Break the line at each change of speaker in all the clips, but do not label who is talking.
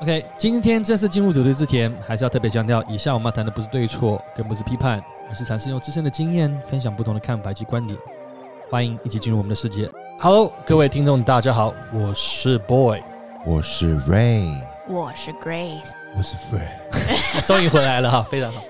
OK，今天正式进入主题之前，还是要特别强调，以下我们要谈的不是对错，更不是批判，而是尝试用自身的经验分享不同的看法及观点。欢迎一起进入我们的世界。Hello，各位听众，大家好，我是 Boy，
我是 Ray，
我是 Grace，
我是 Fred。
终于回来了哈，非常好。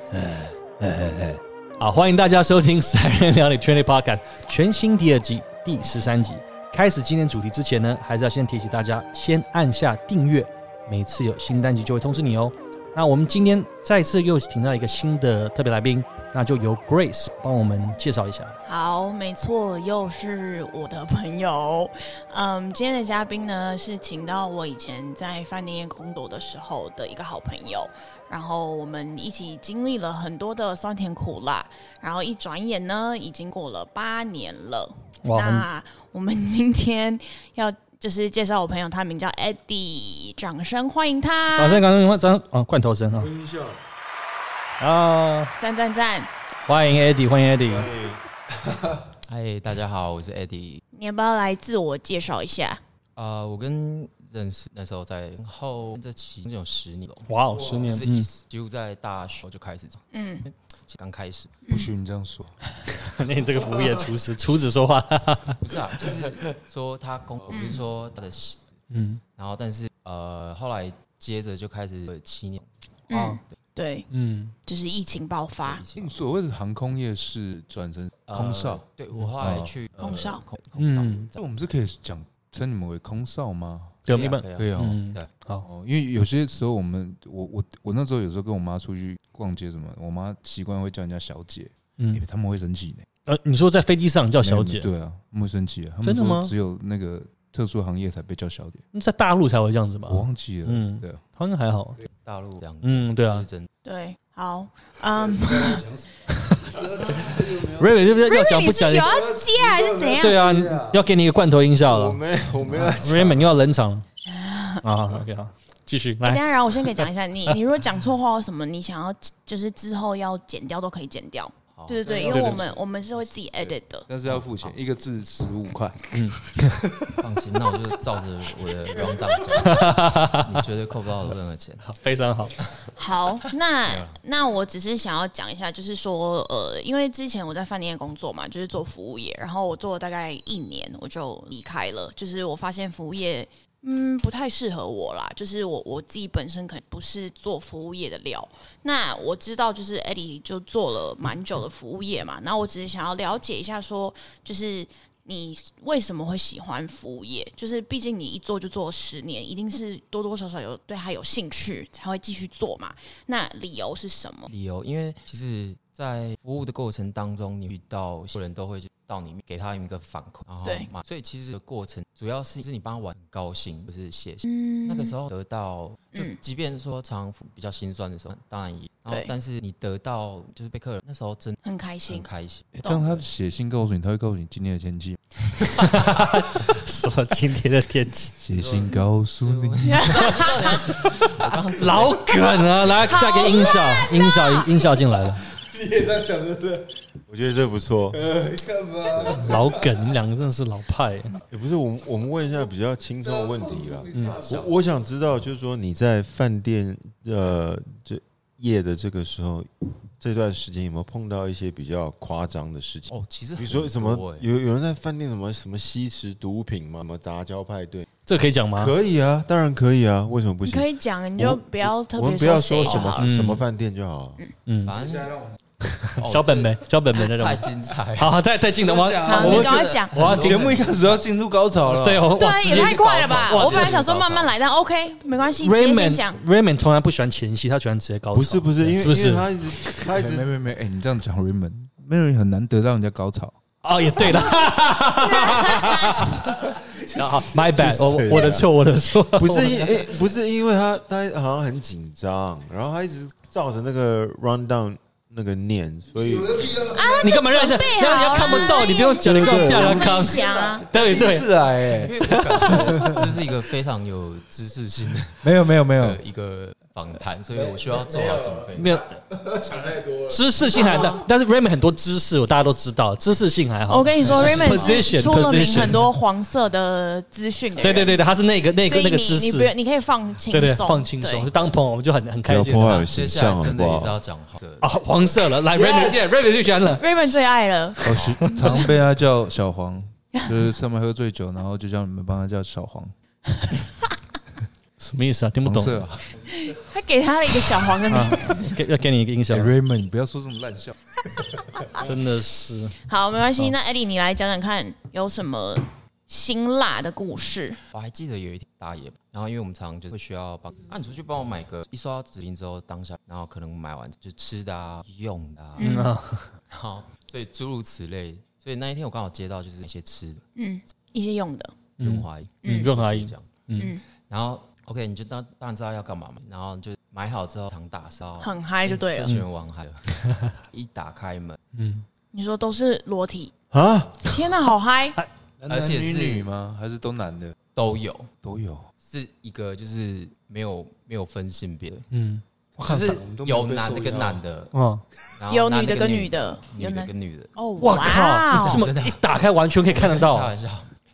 呃
好，啊欢迎大家收听《三人聊你圈内 Podcast》全新第二季第十三集。开始今天主题之前呢，还是要先提醒大家，先按下订阅，每次有新单集就会通知你哦。那我们今天再次又请到一个新的特别来宾，那就由 Grace 帮我们介绍一下。
好，没错，又是我的朋友。嗯，今天的嘉宾呢是请到我以前在饭店业工作的时候的一个好朋友，然后我们一起经历了很多的酸甜苦辣，然后一转眼呢已经过了八年了。
哇很
那我们今天要就是介绍我朋友，他名叫 Eddie，掌声欢迎他，
掌声，掌声，掌声！啊，罐头声啊！音效啊！
赞赞赞！
欢迎 Eddie，欢迎 Eddie。
嗨，大家好，我是 Eddie。
你要不要来自我介绍一下？
啊、我跟认识那时候在然后这期有十年了，
哇哦，十
就
年
是，一
嗯，
几乎在大学就开始，
嗯，
其实刚开始
不许你这样说，
那你这个服务业厨师，厨子说话，
不是啊，就是说他
嗯
工，不是说他的事，
嗯
然后但是呃，后来接着就开始有七年哦
嗯，
哦
对，
嗯，
就是疫情爆发
疫，情
你嗯所谓的航空业是转成空少，
呃对我后来
哦
去、呃
空少
空空少，
嗯，
那、我们是可以讲称你们为空少吗？
对，
可以
一
啊
般，
可以
对
啊，
哦，
嗯，
对
哦，因为有些时候我们，我我我那时候有时候跟我妈出去逛街什么，我妈习惯会叫人家小姐，
嗯
欸，他们会生气呢。
呃，你说在飞机上叫小姐，
对啊，他们会生气啊，他们
真的吗
说只有那个特殊行业才被叫小姐，
在大陆才会这样子吧？
我忘记了。
嗯
哦对啊，
好像还好，
大陆这样，
嗯，对
这
啊
是，真的。
对，好，嗯，
瑞瑞是不是要讲不
你是
讲
有？要接还是怎样？
对啊，要给你一个罐头音效了啊
没，我没有
，Raymond 又要冷场啊，OK 好，继续
哎
来，
当然，我先给你讲一下，你你如果讲错话或什么，你想要就是之后要剪掉都可以剪掉。
好
对对对，因为我们我们是会自己 edit 的。
但是要付钱，一个字十五块。
放心，那我就照着我的 round down 讲，你绝对扣不到我任何钱。
非常好，
好，那那我只是想要讲一下，就是说，呃，因为之前我在饭店工作嘛，就是做服务业，然后我做了大概一年，我就离开了。就是我发现服务业，嗯，不太适合我啦。就是我我自己本身可能不是做服务业的料。那我知道，就是 Eddie 就做了蛮久的服务业嘛，那我只是想要了解一下说就是。你为什么会喜欢服务业？就是毕竟你一做就做了十年，一定是多多少少有对它有兴趣，才会继续做嘛。那理由是什么？
理由，因为其实，在服务的过程当中，你遇到所有人都会去到你面给他一个反馈，然后
对
嘛，所以其实的过程主要是是你帮他玩很高兴，不是谢谢。
嗯
那个时候得到，就
嗯
即便说常常比较心酸的时候，当然也，然后
对
但是你得到就是被客人那时候真的
很开心
很，开心，
欸
懂
当他写信告诉你，他会告诉你今天的天气。
什么今天的天气，
写信告诉你，
老梗啊，来再给音效，音效音效进来了，
我觉得这不错。
老梗，你们两个真的是老派，
也不是我们，我们问一下比较轻松的问题啦。我我想知道，就是说你在饭店呃这夜的这个时候，这段时间有没有碰到一些比较夸张的事 情？
哦，其实
比如说什
很多
么
欸
有有人在饭店什么什么吸食毒品嘛，什么杂交派对，
这可以讲吗？
可以啊，当然可以啊，为什么不
你
行
可？以讲，你就
我
不要特
我
别
们不要
谁啊
说
就
什
好
么
了。
什么饭店就好，啊
嗯，
反正哦
小本
这
本，小本本那
太
种，
精彩 了，
好，太太近了，我
好，
我
你
们
赶快讲。
我要
很多
节目
一开始要进入高潮了
对，我
对
哇
啊，
直
也
接
太快了吧！
哇
我本来
直接
想说
爆炸
慢慢来，但 OK，没关系，直接先
Raymond
讲。
Raymond 从来不喜欢前戏，他喜欢直接高潮。
不是不是，因为
嗯是不
因为
是？
他一直他一
没
直
没没，哎、你这样讲 Raymond，没有人很难得到人家高潮。
哦，也 对了。然后 My bad，我我的错，我的错。
不 是因诶、不是因为他他好像很紧张，然后他一直照着那个 run down 那个念，所以
你干嘛让人家
备好
让人家看不到？
啦
你不用讲，你干嘛让人家
分
看？
享啊，
对对，
是啊，哎，
因为我感觉这是一个非常有知识性的
没有没有没有，
的一个访谈，所以我需要做好准 备。
没有
想太多了。
知识性还很大，但是 Raymond 很多知识我大家都知道，知识性还好。
我跟你说，Raymond 是
position
出了名
position
很多黄色的资讯的人，
对对对对，他是那个那
所
个
以
那个
你
知
你
识
不，用，你可以放轻
对
松，
对，放轻松，就当朋友我们就很很开心
不要破坏
啊
有
接
形
下来
象
真的
好不好
也是要讲话的。。
黄色了，来 Raymond 对 Raymond 最喜欢了，
对 Raymond 最爱了，
哦，是 常被他叫小黄，就是上面喝醉酒，然后就叫你们帮他叫小黄，
什么意思啊？听不
黄
懂，
色啊。
他给他了一个小黄的名 字。
给要给你一个印象
哎，Raymond，你不要说这种烂笑。
真的是
好，没关系
好。
那 Eddie，你来讲讲看，有什么辛辣的故事？
我还记得有一天大夜班，然后因为我们常常就会需要帮，那、你出去帮我买个，一收到指令之后当下，然后可能买完就吃的啊、用的啊，
嗯
然后所以诸如此类。所以那一天我刚好接到就是一些吃的
嗯，一些用的，
润滑液，
嗯润滑液
这样。
嗯，
然后 OK，你就当当然知道要干嘛嘛，然后就买好之后常打烧，
很嗨就对
这
了。
群人玩嗨了。一打开门，
嗯，
你说都是裸体，
啊，
天哪，好嗨！
而且
男
是
男女女吗？还是都男的？
都有，
都有。
是一个就是没有没有分性别，
嗯
就
看
是
我们都没有
有
被
男的
受
跟
邀
男的，
哦，
然后
有
男
女的跟女的，有
女的
男
跟女的。
哦，
我
哇
靠，
哦
这么
真的
一打开完全可以看得
开
到，
玩笑，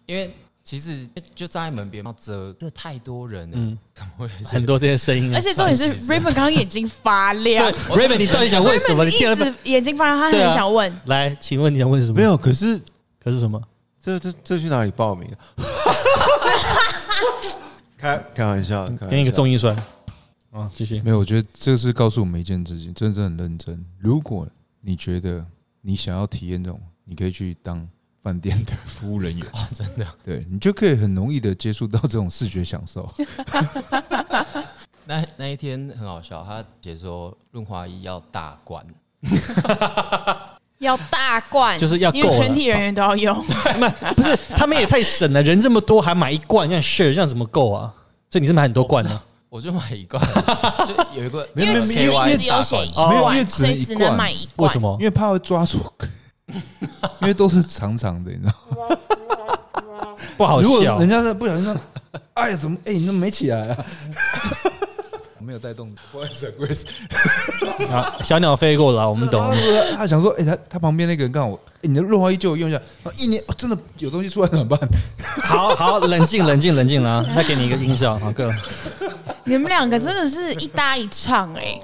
因为其实就站在门边，然后遮，这太多人了，
嗯，
怎么会有
很多这些声音啊
而。且重点是 Raymond 刚刚眼睛发 亮
对 Raymond，你到底想问什么？
，Raymond
你听
一
了
直眼睛发亮，他
对啊
很想问。
来，请问你想问什么？
没，有，可是
可是什么？
这这这去哪里报 名？开开玩笑，开玩笑
给你一个重音酸。啊，继续。
没有，我觉得这是告诉我们一件事情，真的很认真。如果你觉得你想要体验这种，你可以去当饭店的服务人员，
啊？真的？
对你就可以很容易的接触到这种视觉享受。
那那一天很好笑，他解说润滑液要大罐，
要大罐，
就是要够
因为全
了
体人员都要 用。
他们也太省了，人这么多还买一罐，这样 share 这样怎么够啊？所以你是买很多罐的、
我就买一罐，就有一个
因为指引只有写一
没有因为
罐，
只
所
能
以
一
只能
罐
买一罐。
为什？么
因？为怕会抓住，因为都是长长的，你知道吗。
不好
如果
笑
人。家在不小心让，哎呀，怎么哎、你怎么没起来啊？没有带动，不好意思，不好意思。
啊，小鸟飞过来，我们懂。
他他想说，哎、他他旁边那个人刚好，哎、你的润滑液借我用一下，然后一年、哦真的有东西出来怎么办？
好好，冷静，冷静，冷静啦！再给你一个音效，好，够了。
你们两个真的是一搭一 唱哎，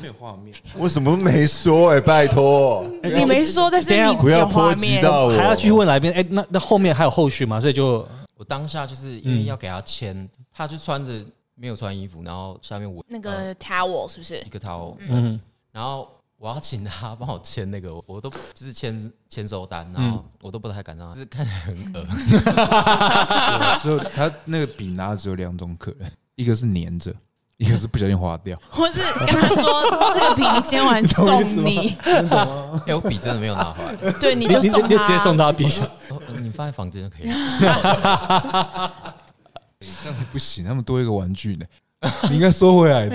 没有画面，
我什么都没说哎，拜托，
你没说，但是
啊等一下
你
不
有
要
画
波及
面。
到我，
还要继续问来宾，哎、那那后面还有后续吗？所以就
我当下就是因为要给他签，他就穿着没有穿衣服，然后下面我
那个 towel 是不是
一？个套，
嗯，
然后我要请他帮我签那个， 我我都就是签签收单，然后我都不太敢让他，就是看起来很恶
只有他那个笔拿的只有两种可能，一个是粘着，一个是不小心划掉。
或是跟他说这个笔你今天晚上送你，
哎、我笔真的没有拿回来，
对，你
你
就
你
送
你直接送
他。
到笔下。
哦你放在房间就可以了。
这样子不行，他们多一个玩具呢，你应该收回来的。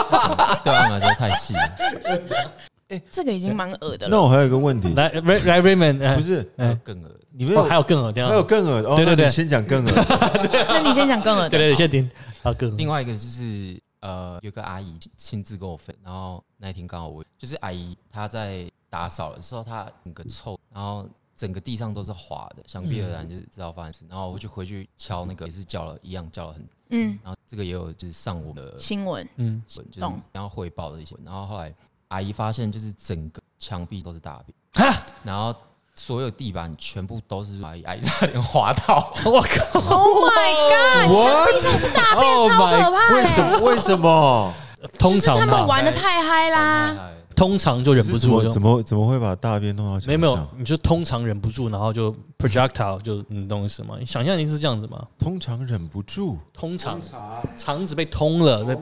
对他们来说太细了。
这个已经蛮恶的
那
了。
我还有一个问题，
来，Ray- 来，Raymond，、呃
嗯不、是
还有更恶
你们
哦，
有
还有更好，等一
还
下
有。更恶的哦？
对对
那你
对
先讲更 恶的，
那你先讲更恶
对
的。
对对，谢丁，还有更好
另外一个就是呃，有个阿姨亲自跟我分，然后那一天刚好我就是阿姨她在打扫的时候，她整个臭，然后整个地上都是滑的，想必而然就是知道发生什么事然后我就回去敲那个，也是叫了一样叫了很，
嗯，
然后这个也有就是上我的
新闻
嗯，
就是
懂
然后汇报的一些，然后后来阿姨发现就是整个墙壁都是大便，
哈，
然后所有地板全部都是阿姨，阿姨差点滑 倒。
我靠，
，Oh my God！地上是大便，
Oh
超
my-
可怕
为什
的。
么？为什么？
通
就是
常
他们
嘛，
玩的太嗨啦，
通常就忍不
怎
住
么怎
就。
么怎么会把大便弄到墙
没有没有
上，
你就通常忍不住，然后就 projectile 就你懂我意思吗？你想象你是这样子吗？
通常忍不住，
通常
啊
肠子被通了，
哦
那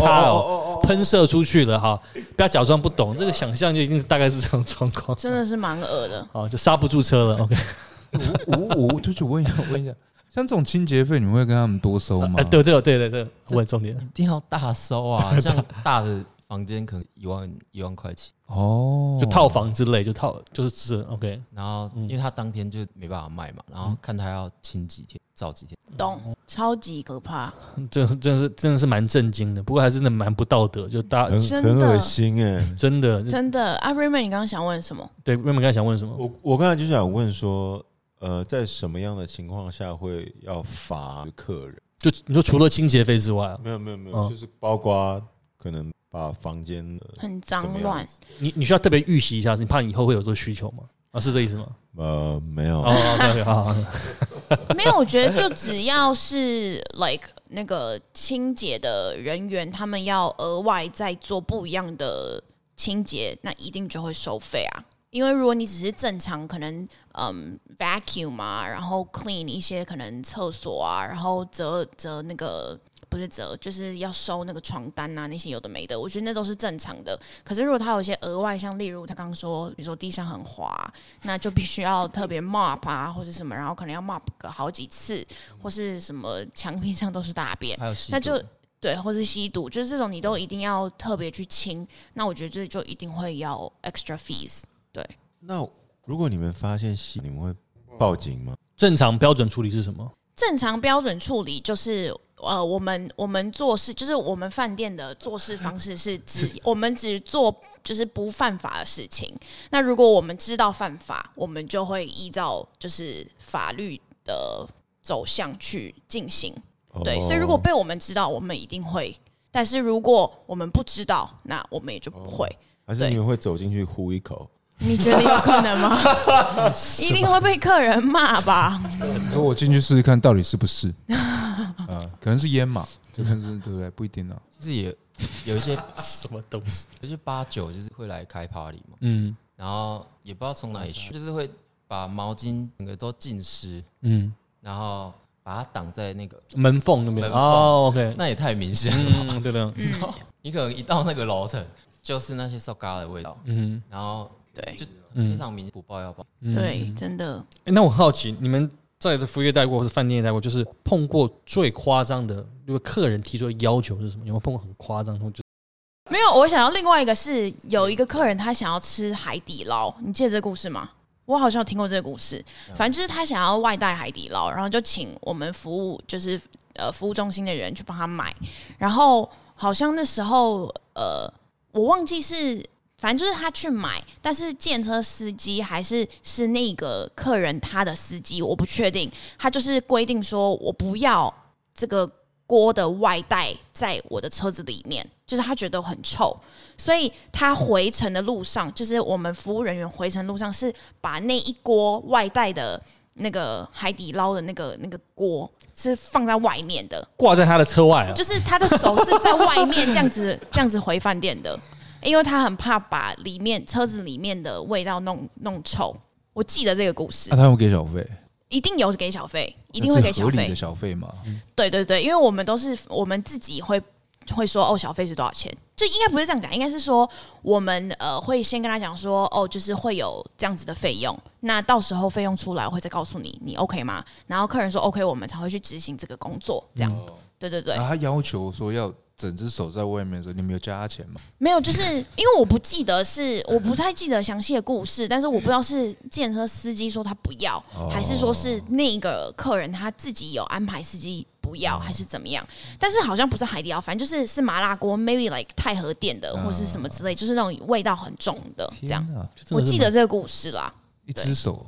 projectile 喷射出去了哈，不要假装不懂，这个想象就一定是大概是这种状况
真的是蛮恶的。
啊，就刹不住车了。OK，
五五，对不起，我问一下，我问一下，像这种清洁费，你
呃
们会跟他们多收吗？
啊，对对对对对，问重点
一定要大收啊！这样大的房间可能一 万一万块钱，
哦，
就套房之类，就套就是是 OK，
然后
嗯
因为他当天就没办法卖嘛，然后看他要清几天，照几天。
懂，超级可怕，
真真的是真的是蛮震惊的，不过还真的蛮不道德，就大家
很
真
很
的
恶心哎、
真的
真的。阿瑞妹，你刚刚想问什么？
对 Raymond 刚才想问什么？
我我刚才就想问说，呃，在什么样的情况下会要罚客人？
就你说除了清洁费之外啊，
没有没有没有，
嗯
就是包括可能把房间呃
很
怎么
脏
样
乱，
你你需要特别预习一下，你怕你以后会有这个需求吗？啊，是这意思吗？
呃没有，
哦，OK，好，好好
没有，我觉得就只要是 like 那个清洁的人员，他们要额外再做不一样的清洁，那一定就会收费啊。因为如果你只是正常，可能嗯 vacuum 啊，然后 clean 一些可能厕所啊，然后折折那个不是折，就是要收那个床单啊，那些有的没的，我觉得那都是正常的。可是如果他有一些额外，像例如他刚刚说，比如说地上很滑，那就必须要特别 mop 啊，或者什么，然后可能要 mop 个好几次，或是什么墙壁上都是大便，
还有吸毒
那就对，或是吸毒，就是这种你都一定要特别去清。那我觉得这就一定会要 extra fees。
那如果你们发现戏，你们会报警吗？
正常标准处理是什么？
正常标准处理就是。呃，我们我们做事就是我们饭店的做事方式是 只我们只做就是不犯法的事情。那如果我们知道犯法，我们就会依照就是法律的走向去进行。对，所以
哦
如果被我们知道，我们一定会；但是如果我们不知道，那我们也就不会。
哦
还是你们会走进去呼一口，
你觉得有可能吗？一定会被客人骂吧？
那我进去试试看到底是 不是，啊，可能是烟嘛，这可能是对不对？不一定 啊。
其实也有一些
什么东西？
有一些八九就是会来开 party 嘛，
嗯啊
然后也不知道从哪里去，就是会把毛巾整个都浸湿，
嗯，
然后把它挡在那个，
门缝那边
门缝
哦，OK，
那也太明显了。
嗯，对的，
你可能一到那个楼层，就是那些烧嘎的味道，
嗯
然后
对
就
嗯
非常明显不报要报。
嗯
对，真的
诶那我很好奇，你们在这服务业待过或是饭店也待过，就是碰过最夸张的，如果客人提出的要求是什么？有没有碰过很夸张？或者
没有。我想要另外一个是有一个客人他想要吃海底捞，你记得这个故事吗？我好像有听过这个故事，反正就是他想要外带海底捞，然后就请我们服务就是呃服务中心的人去帮他买，然后好像那时候呃我忘记是。反正就是他去买，但是电车司机还是是那个客人他的司机，我不确定。他就是规定说，我不要这个锅的外带在我的车子里面，就是他觉得很臭，所以他回程的路上，就是我们服务人员回程路上是把那一锅外带的那个海底捞的那个那个锅是放在外面 的，
挂在他的车外啊？
就是他的手是在外面这样子这样子回饭店的，因为他很怕把里面车子里面的味道弄弄臭。我记得这个故事
那，啊他们给小费，
一定有给小费，一定会给
那是
小
合理
费
的。小费嘛？
对对对，因为我们都是我们自己会会说哦，小费是多少钱？就应该不是这样讲，应该是说我们呃会先跟他讲说哦，就是会有这样子的费用，那到时候费用出来我会再告诉你，你 OK 吗？然后客人说 OK，我们才会去执行这个工作。这样，对对对，
啊，他要求说要整只手在外面的时候，你们有加他钱吗？
没有，就是因为我不记得是我不太记得详细的故事，但是我不知道是建车司机说他不要，还是说是那个客人他自己有安排司机不要，还是怎么样？但是好像不是海底捞，反正就是是麻辣锅，maybe like 太和店的或是什么之类，就是那种味道很重的这样。
天哪，
真
我
的是
记得这个故事啦，
一只手，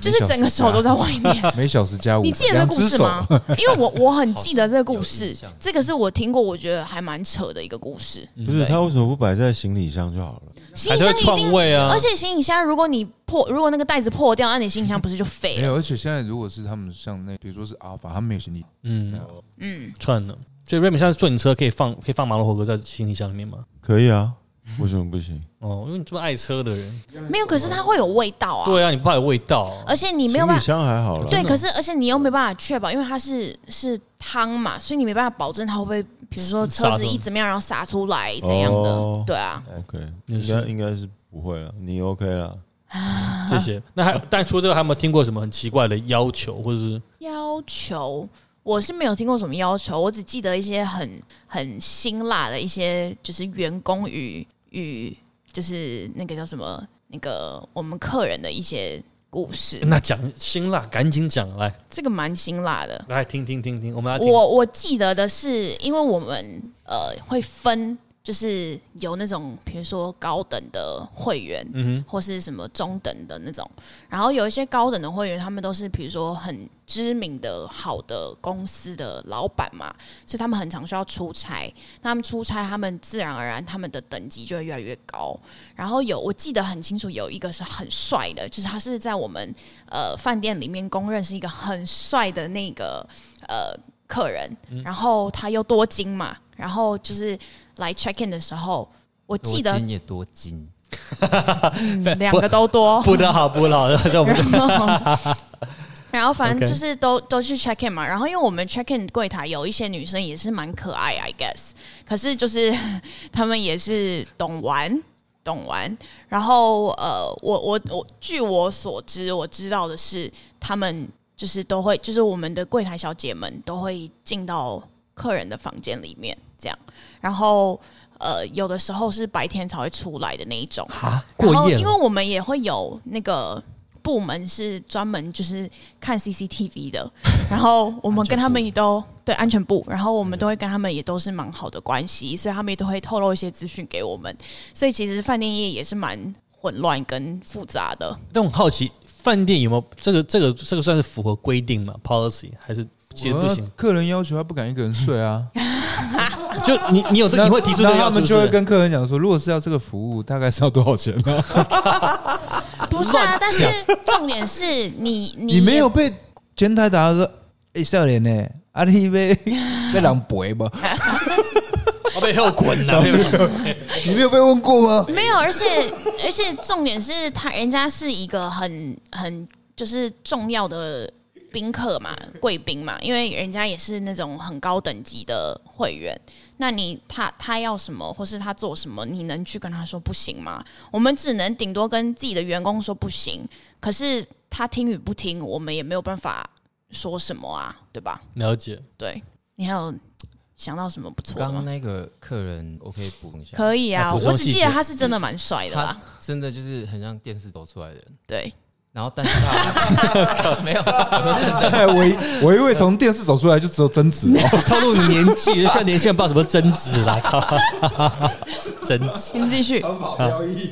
就是整个手都在外面。
每小时加五，
你记得这个
两
故
只
事
手
吗？因为我我很记得这个故
好像有
事
印象，
这个是我听过，我觉得还蛮扯的一个故事。
嗯
不是他为什么不摆在行李箱就好了？
行
还
李
在
箱一定
篡位啊
而！且行李箱，如果你破，如果那个袋子破掉，那你行李箱不是就废
没
了？
有，而且现在如果是他们像那，比如说是阿尔法，他们没有行李，
嗯，
嗯，
串了。所以 Raymond 下次坐你车可以放可以放麻辣火锅在行李箱里面吗？
可以啊，为什么不行？
哦，因为你这么爱车的人，
没有，可是它会有味道啊。，
对啊，你不怕有味道啊、
而且你没有
行
办
李
法。
箱还好了，
对，
真的
可是而且你又没办法确保，因为它是是汤嘛，所以你没办法保证它会不会，比如说
洒出
车子
来
一怎么样，然后洒出来怎样的，
哦
对啊，
，OK，
也
应
是
该应该是不会了，你 OK 了。
谢谢。那还但除了这个，还有没有听过什么很奇怪的要求，或者是
要求。我是没有听过什么要求，我只记得一些很很辛辣的一些，就是员工与与就是那个叫什么那个我们客人的一些故事，
那讲辛辣，赶紧讲来
这个蛮辛辣的。
来听听听听，我们来听。
我我记得的是，因为我们呃会分，就是有那种比如说高等的会员，
嗯
或是什么中等的那种，然后有一些高等的会员，他们都是比如说很知名的好的公司的老板嘛，所以他们很常需要出差。那他们出差，他们自然而然他们的等级就会越来越高。然后有我记得很清楚，有一个是很帅的，就是他是在我们呃饭店里面公认是一个很帅的那个呃客人，然后他又多金嘛，然后就是来 check in 的时候。我
多
记得
金也多金，
嗯 两个都多
哼，，不得好不老，这我们
然后然后反正
OK
就是都都去 check in 嘛，然后因为我们 check in 柜台有一些女生也是蛮可爱，I guess，可是就是 她们也是懂玩，懂玩。然后呃，我我我，据我所知，我知道的是，她们就是都会，就是我们的柜台小姐们都会进到客人的房间里面这样，然后呃，有的时候是白天才会出来的那一种。
啊过
然后，
夜
因为
了，
我们也会有那个部门是专门就是看 CCTV 的， 然后我们跟他们也都对安全部，然后我们都会跟他们也都是蛮好的关系，所以他们也都会透露一些资讯给我们，所以其实饭店业也是蛮混乱跟复杂的。
但我很好奇，饭店有没有这个这个这个算是符合规定吗？policy 还是其实不行？
啊客人要求他不敢一个人睡 啊，
就你你有这
那
你会提出这
那
个
他
要求
们
是
就
不
会
是，
跟客人讲说，如果是要这个服务，大概是要多少钱呢？
不是啊，但是重点是你你
你没有被前台打说，哎，少年呢？啊，你被 被人陪 吗？
我被后滚了，被后
你没有被问过吗？
没有，而且 而且重点是他人家是一个很很就是重要的宾客嘛，贵宾嘛，因为人家也是那种很高等级的会员。那你他他要什么，或是他做什么，你能去跟他说不行吗？我们只能顶多跟自己的员工说不行，可是他听与不听，我们也没有办法说什么啊，对吧？
了解。
对你还有想到什么不错的
刚刚
吗？
那个客人，我可以补一下，
可啊以啊，
补充
我只记
细
得
节
他是真的蛮帅的
他
啦，
真的就是很像电视走出来的人，
对。
然后但是他 没 有，
我以我以为从电视走出来就只有贞子 哦，
透露你年纪，就像年轻人不知道什么贞子 啦，靠，贞子
你们继续。
长跑飘逸，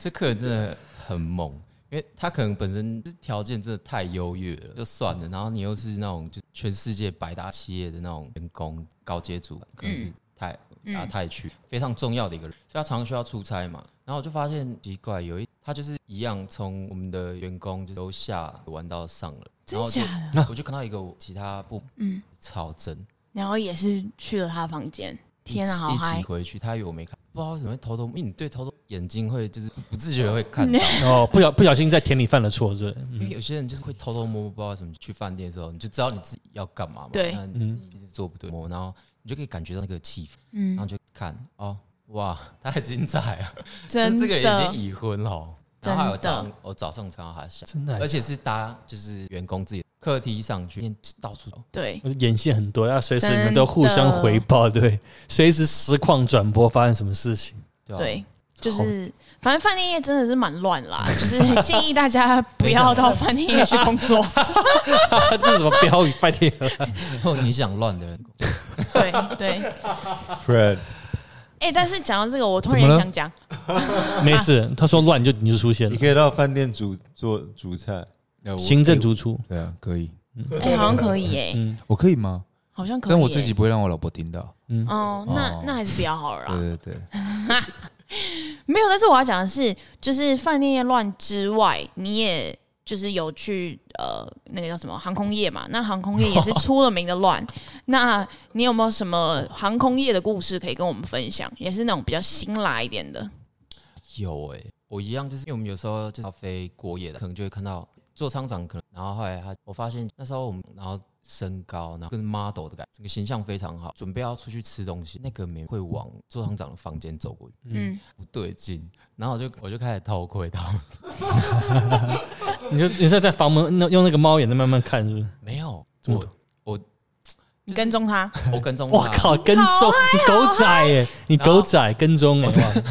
这客人真的很猛，因为他可能本身就是条件真的太优越了，就算了。然后你又是那种就全世界百大企业的那种员工高阶主管，可
嗯
能是太亚太区非常重要的一个人，所以他常需要出差嘛。然后我就发现奇怪，有一他就是一样从我们的员工就楼下玩到上了，然后我就
真假
我就看到一个其他部
嗯
超真，
然后也是去了他房间，天啊，
一起
好
一
嗨
起！回去，他以为我没看，不知道为什么会偷偷，因为你对偷偷眼睛会就是不自觉地会 看到。
哦，不小不小心在田里犯了错，是不是？嗯
因为有些人就是会偷偷摸摸，不知道为什么去饭店的时候，你就知道你自己要干嘛嘛，
对
那
嗯
你一直做不对，然后你就可以感觉到那个气氛，然后
嗯，
就看哦，哇，太精彩了！就是
真
这个人已
的
经已婚了，然后还有
真的
早上我早上才到他下，
真的还
而
是，
且是搭就是员工自己的客梯上去，到处走
对，
我眼线很多，要随时你们都互相回报，对，随时实况转播发生什么事情。
对吧
对，就是反正饭店业真的是蛮乱 啦，就是建议大家不要到饭店业去工作。
这是什么标语？饭店
然后你想乱的人，
对对，
Fred，
哎，但是讲到这个，我突然
怎么
也
了
想讲，
没事，他说乱你就你就出现
你
了，
可以到饭店煮做煮菜，
那我
行政主厨。
对啊，可以，
哎，好像可以哎，
嗯，
我可以吗？
好像可以。
但我自己，不会让我老婆听到。
哦，那
哦
那还是比较好了啦。
对对对，
没有，但是我要讲的是，就是饭店业乱之外，你也就是有去呃那个叫什么航空业嘛？那航空业也是出了名的乱。那你有没有什么航空业的故事可以跟我们分享？也是那种比较辛辣一点的。
有哎、我一样，就是因为我们有时候就是要飞过夜的，可能就会看到座舱长可能，然后后来他我发现那时候我们然后身高，然后跟 model 的感觉，整个形象非常好。准备要出去吃东西，那个美会往周厂长的房间走过去，
嗯，
不对劲，然后我就我就开始偷窥他们，
你就你是在房门那用那个猫眼在慢慢看，是不是？
没有，
怎么
我
你跟踪他，
我跟踪
我
他，
靠，跟踪你狗仔耶！你狗仔跟踪哎！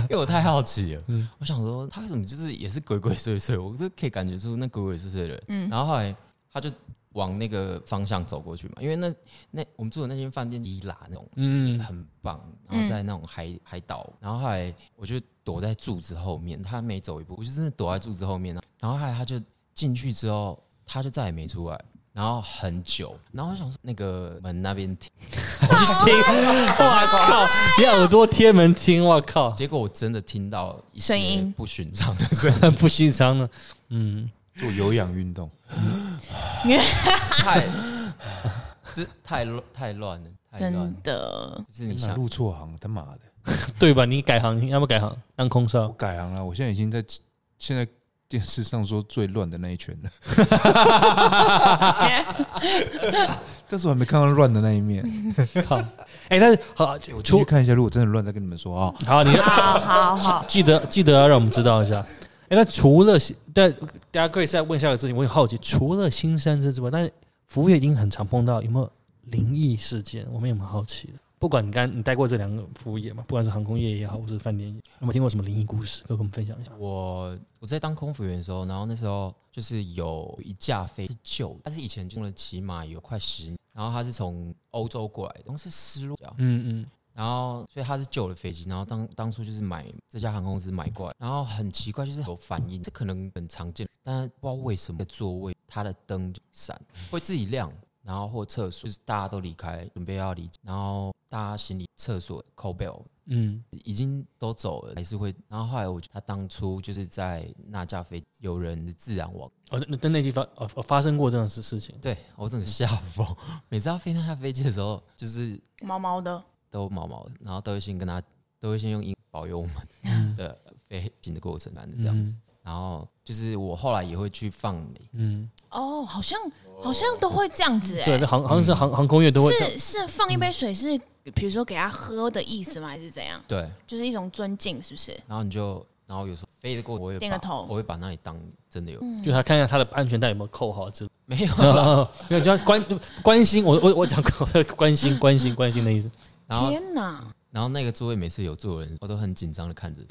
因为我太好奇了，我想说他为什么就是也是鬼鬼祟祟，我就可以感觉出那鬼鬼祟祟的人。
嗯
然后后来他就往那个方向走过去嘛，因为那那我们住的那间饭店伊拉那种
嗯，
很棒，然
嗯
后在那种海、海岛，然后后来我就躲在柱子后面，他每走一步，我就真的躲在柱子后面，啊然后后来他就进去之后，他就再也没出来。然后很久，然后我想说那个门那边 停，
我去听，哇靠！你耳朵贴门听，哇靠，
结果我真的听到一些
声音
不寻常的声音，
不欣赏呢。嗯，
做有氧运动，
太，这太乱太乱了，太乱了
真。的，
就是你
妈
想，
入错行，他妈的，
对吧？你改行，你要不改行当空
我
少？
改行了，我现在已经在 现在电视上说最乱的那一圈了， 但是我还没看到乱的那一面，
靠！哎，但是好
我进
出
去看一下，如果真的乱，再跟你们说啊。
好，你
好好好，
记 得记得要让我们知道一下。哎，那除了新但大家可以再问一下个事情，我很好奇，除了新三生之外，但服务业已经很常碰到，有没有灵异事件？我们也蛮好奇的。不管你刚你待过这两个服务业嘛，不管是航空业也好，或是饭店业，有没有听过什么灵异故事？可以跟我们分享一下？
我我在当空服员的时候，然后那时候就是有一架飞是旧的，它是以前用了起码有快十年，然后它是从欧洲过来的，好像是丝路，
嗯嗯，
然后所以它是旧的飞机，然后当当初就是买这家航空公司买过来，然后很奇怪就是有反应，这可能很常见，但是不知道为什么座位它的灯就闪会自己亮，然后或厕所就是大家都离开准备要离，然后大家行李厕所 call bell
嗯，
已经都走了，还是会，然后后来我他当初就是在那架飞机有人自然亡，
哦，那那那地方哦哦发生过这样的事事情，
对我整个吓疯， 每次要飞那架飞机的时候就是
毛毛的，
都毛毛的，然后都会先跟他都会先用英文保佑我们。
嗯，
的飞行的过程，反正这样子。然后就是我后来也会去放雷，
嗯，
哦，好像好像都会这样子，
对，
哎，
那航好像是航航空业都会，
是是放一杯水是，比如说给他喝的意思吗？还是怎样？
对，
就是一种尊敬，是不是？
然后你就，然后有时候飞的过程，我会
点个
把
头嗯
我会把那里当真的有、
就他看一下他的安全带有没有扣好之类的。，
没有
没有，就要关关心我，我我讲 关心关心关心的意思。
然后
天哪！
然后那个座位每次有坐人，我都很紧张的看着，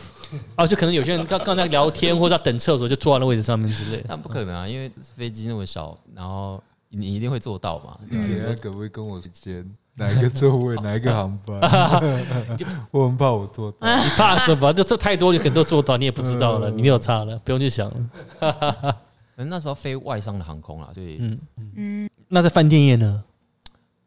哦，就可能有些人刚刚在聊天或者在等厕所，就坐在那位置上面之类的。
但不可能啊，因为飞机那么小，然后你一定会做到嘛。
嗯
你等一下可不可以跟我间哪一个座 位，哪一个航班？我很怕我做到。
你怕什么？就这太多，你可能都做到，你也不知道了，你没有差了，不用去想了。
可能那时候飞外商的航空啊啦，所以、
嗯，
嗯，
那在饭店业呢？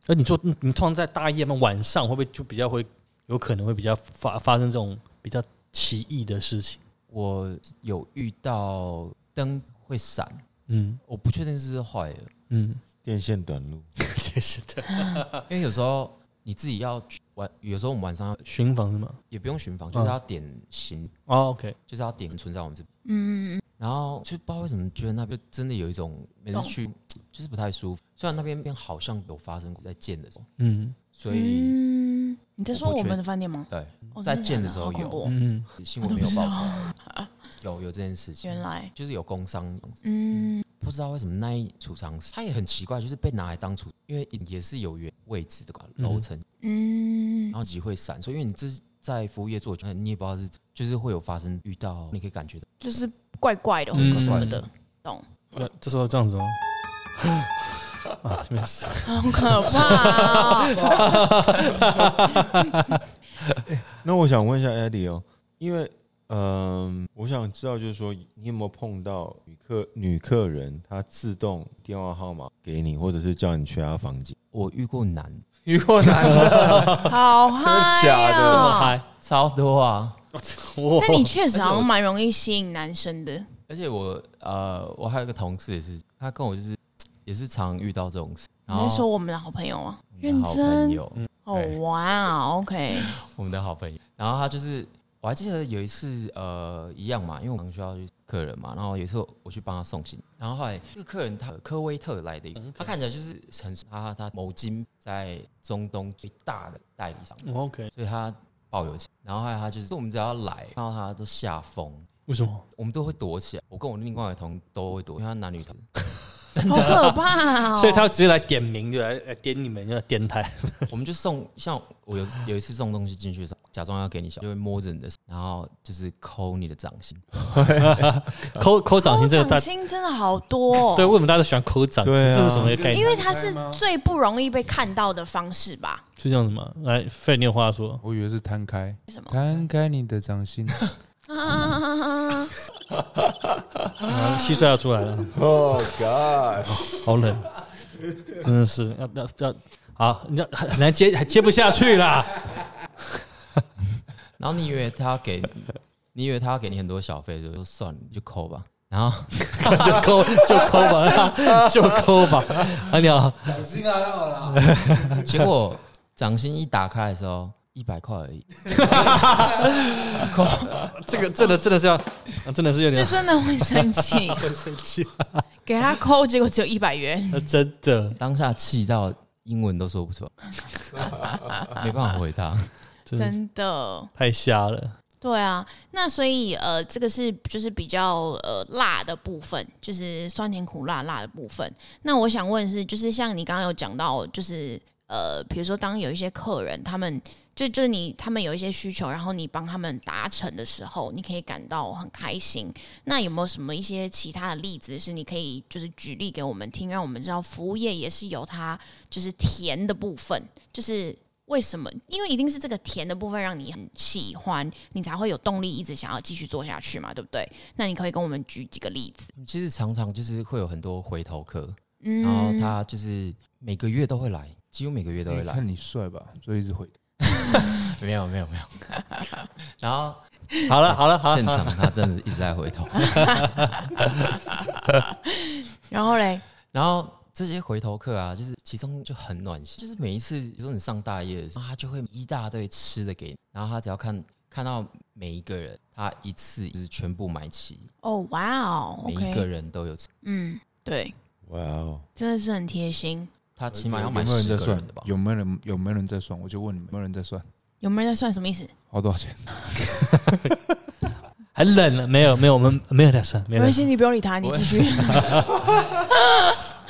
那你做你你通常在大夜嘛，晚上会不会就比较会有可能会比较发发生这种比较奇异的事情？
我有遇到灯会闪，
嗯
我不确定是不是坏的，
嗯，
电线短路，
也是的，
因为有时候你自己要去晚，有时候我们晚上要
巡房是吗？
也不用巡房，就是要点行，
哦，OK，
就是要点存在我们这边。嗯然后就不知道为什么觉得那边真的有一种每次
懂
去就是不太舒服，虽然那边边好像有发生过在建的时候，
嗯
所以、
嗯，你在说
我不
我
确
们的饭店吗？
对
哦
在
真假
建的时候
好恐怖
有
哦
嗯，
新
我都
闻没
不
有
知
报
道
出。 有有这件事情
原，来，
就是有工伤，
嗯，
不知道为什么那一储藏室它也很奇怪，就是被拿来当储，因为也是有原位置的吧
嗯
楼层，
嗯
然，后极会闪烁，因为你这是在服务业做久了，你也不知道是就是会有发生遇到，你可以感觉到。
就是怪怪的或
嗯
者什么的，懂？
那这时候这样子吗？ 啊，没事。
很可怕哦，
那我想问一下 Eddie 哦，因为嗯、我想知道就是说，你有没有碰到女客女客人，她自动电话号码给你，或者是叫你去她房间？
我遇过男的
遇过男的？
哦好嗨
真的假的
这么
呀！
嗨，
超多啊，
哇
但你确实好像蛮容易吸引男生的，
而且我呃，我还有一个同事也是，他跟我就是也是常遇到这种事。然
你
后
在说我们的好朋友啊？
我们的好朋友，
哦，哇，OK，
我们的好朋友。然后他就是我还记得有一次，呃，一样嘛，因为我们需要去客人嘛，然后有一次我我去帮他送行，然后后来这个客人他科威特来的一个，他看起来就是很他他某金在中东最大的代理商，
OK，
所以他抱有钱，然后后来他就是我们只要来看到他都吓疯，
为什么？
我们都会躲起来，我跟我另外一个同都会躲，因为他男女同，
好可怕哦！
所以他直接来点名，就来来点你们，就来点台。
我们就送像我有有一次送东西进去的时候，假装要给你小，就会摸着你的手，然后就是抠你的掌心，
抠抠掌心这个大
掌，心真的好多、
对，
哦，
为什么大家都喜欢抠掌心？
对啊
这是什么概
因
念？
为它是最不容易被看到的方式吧？
是这样子吗？来，费你有话说。
我以为是摊开，
为什么？
摊开你的掌心，
啊，
啊，蟋蟀要出 来了，
Oh God！
好冷，真的是要要要，好，你要很很难接，还接不下去啦。
然后你以为他要给你，你以为他要给你很多小费，就说算了，你就抠吧。然后
就抠就抠吧， 就抠吧。啊，你好，
小心啊，好啦，
结果掌心一打开的时候，一百块而已，抠
这个真的真的是要，啊真的是有
这
点
真的会生气，
生 气，
给他抠，结果只有一百元。
啊真的
当下气到英文都说不出来，没办法回他。
真的
真的，
太瞎了。
对啊，那所以呃，这个是就是比较呃辣的部分，就是酸甜苦辣辣的部分。那我想问的是，就是像你刚刚有讲到，就是呃，比如说当有一些客人他们就就是你他们有一些需求，然后你帮他们达成的时候，你可以感到很开心。那有没有什么一些其他的例子是你可以就是举例给我们听，让我们知道服务业也是有它就是甜的部分，就是为什么？因为一定是这个甜的部分让你很喜欢，你才会有动力一直想要继续做下去嘛，对不对？那你可以跟我们举几个例子。
其实常常就是会有很多回头客，
嗯，
然后他就是每个月都会来，几乎每个月都会来。
看你帅吧，所以一直回。
没有没有没有。然后
好了好了好
现
了，
场他真的一直在回头，
然后嘞，
然后这些回头客啊，就是其中就很暖心，就是每一次，比如说你上大夜的时候，他就会一大堆吃的给你，然后他只要看看到每一个人，他一次就是全部买齐，
哦，哇哦
每一个
，OK，
人都有吃，
嗯，对，
哇哦！
真的是很贴心。
他起码要
有
买
没有人
十
在
个
算
人的吧？
有没有人有没有人在算？我就问你们，有没有人在算？
有没有人在算什么意思？
花多少钱？
很冷了，没有没有，我们没有在算，没
没
有
关
在算。
系，你不用理他，你继续。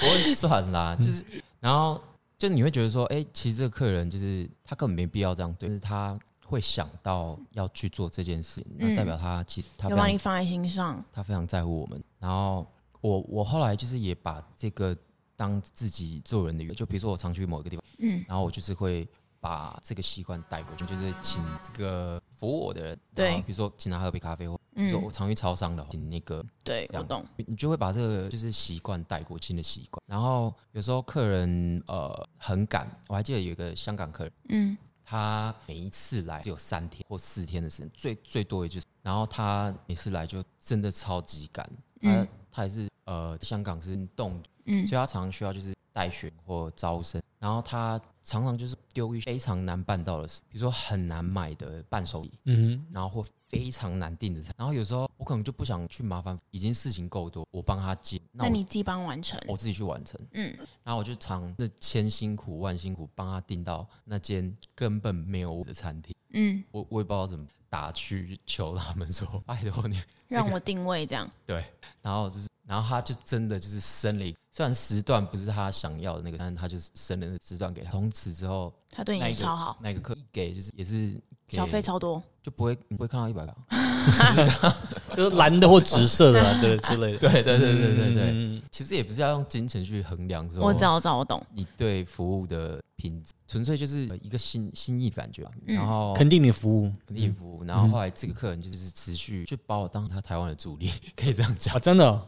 不会算 啦，就是然后就你会觉得说，哎、其实这个客人就是他根本没必要这样对，就是他会想到要去做这件事，那
嗯
代表他其实他非
有
常
把你放在心上，
他非常在乎我们。然后我我后来就是也把这个当自己做人的原，就比如说我常去某一个地方，
嗯，
然后我就是会把这个习惯带过去，就是请这个服务我的人，
对
然后比如说请他喝杯咖啡，或比如说我
嗯，
常去超商的话，请那个
对，
这
我
样
懂，
你就会把这个就是习惯带过去的习惯。然后有时候客人呃很赶，我还记得有一个香港客人。
嗯，
他每一次来只有三天或四天的时间，最最多也就是，然后他每次来就真的超级赶，他、
嗯
他也是呃香港是运动，
嗯
所以他常常需要啊就是带选或招生，然后他常常就是丢一些非常难办到的事，比如说很难买的伴手礼，
嗯，
然后或非常难订的餐，然后有时候我可能就不想去麻烦，已经事情够多，我帮他接，那
那
我
你自己帮完成，
我自己去完成。
嗯，
然后我就尝那千辛苦万辛苦帮他订到那间根本没有我的餐厅，
嗯，
我我也不知道怎么打去求他们说拜托你。
让我定位这样，
对，然后就是，然后他就真的就是生了一，虽然时段不是他想要的那个，但是他就是生了那个时段给他。从此之后，
他对
那
你
一个
超好，
那个客一给就是也是给
小费超多，
就不会你不会看到一百块。
就是蓝的或紫色的 啦，对之类的。
对对对对对对，
嗯
其实也不是要用金钱去衡量说，
我知道，我知道，我懂，
你对服务的品质，纯粹就是一个心心意的感觉吧。
嗯
然后
肯定你服务
哦肯定服务，然后后来这个客人就是持续就把我当他台湾的主力， 可以这样讲
啊，。真的哦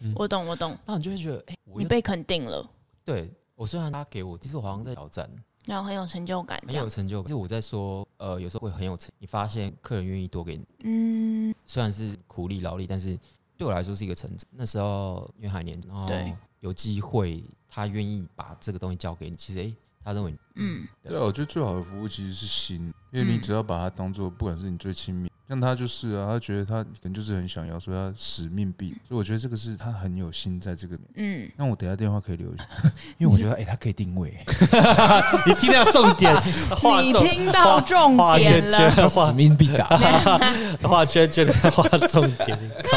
嗯
我懂，我懂，
那你就会觉得，哎、我
你
又
被肯定了，
对我虽然他给我，其实我好像在挑战，
然后很有成就感，这
很有
样，
成就感。就是我在说，呃，有时候会很有成，你发现客人愿意多给你，
嗯，
虽然是苦力劳力，但是对我来说是一个成长。那时候因为还年轻，然后
对
有机会，他愿意把这个东西交给你，其实哎、他认为你
嗯，
对啊，我觉得最好的服务其实是心，因因为你只要把它当做，不管是你最亲密，像他就是啊，他觉得他可能就是很想要，所以他使命必，所以我觉得这个是他很有心在这个。
嗯，
那我等一下电话可以留一下， 因为我觉得哎、他可以定位、
你听到重 点，画
你
重
听到重
画
点
圈
了，
圈，画
命必达。
画圈圈， 画重点，你 靠！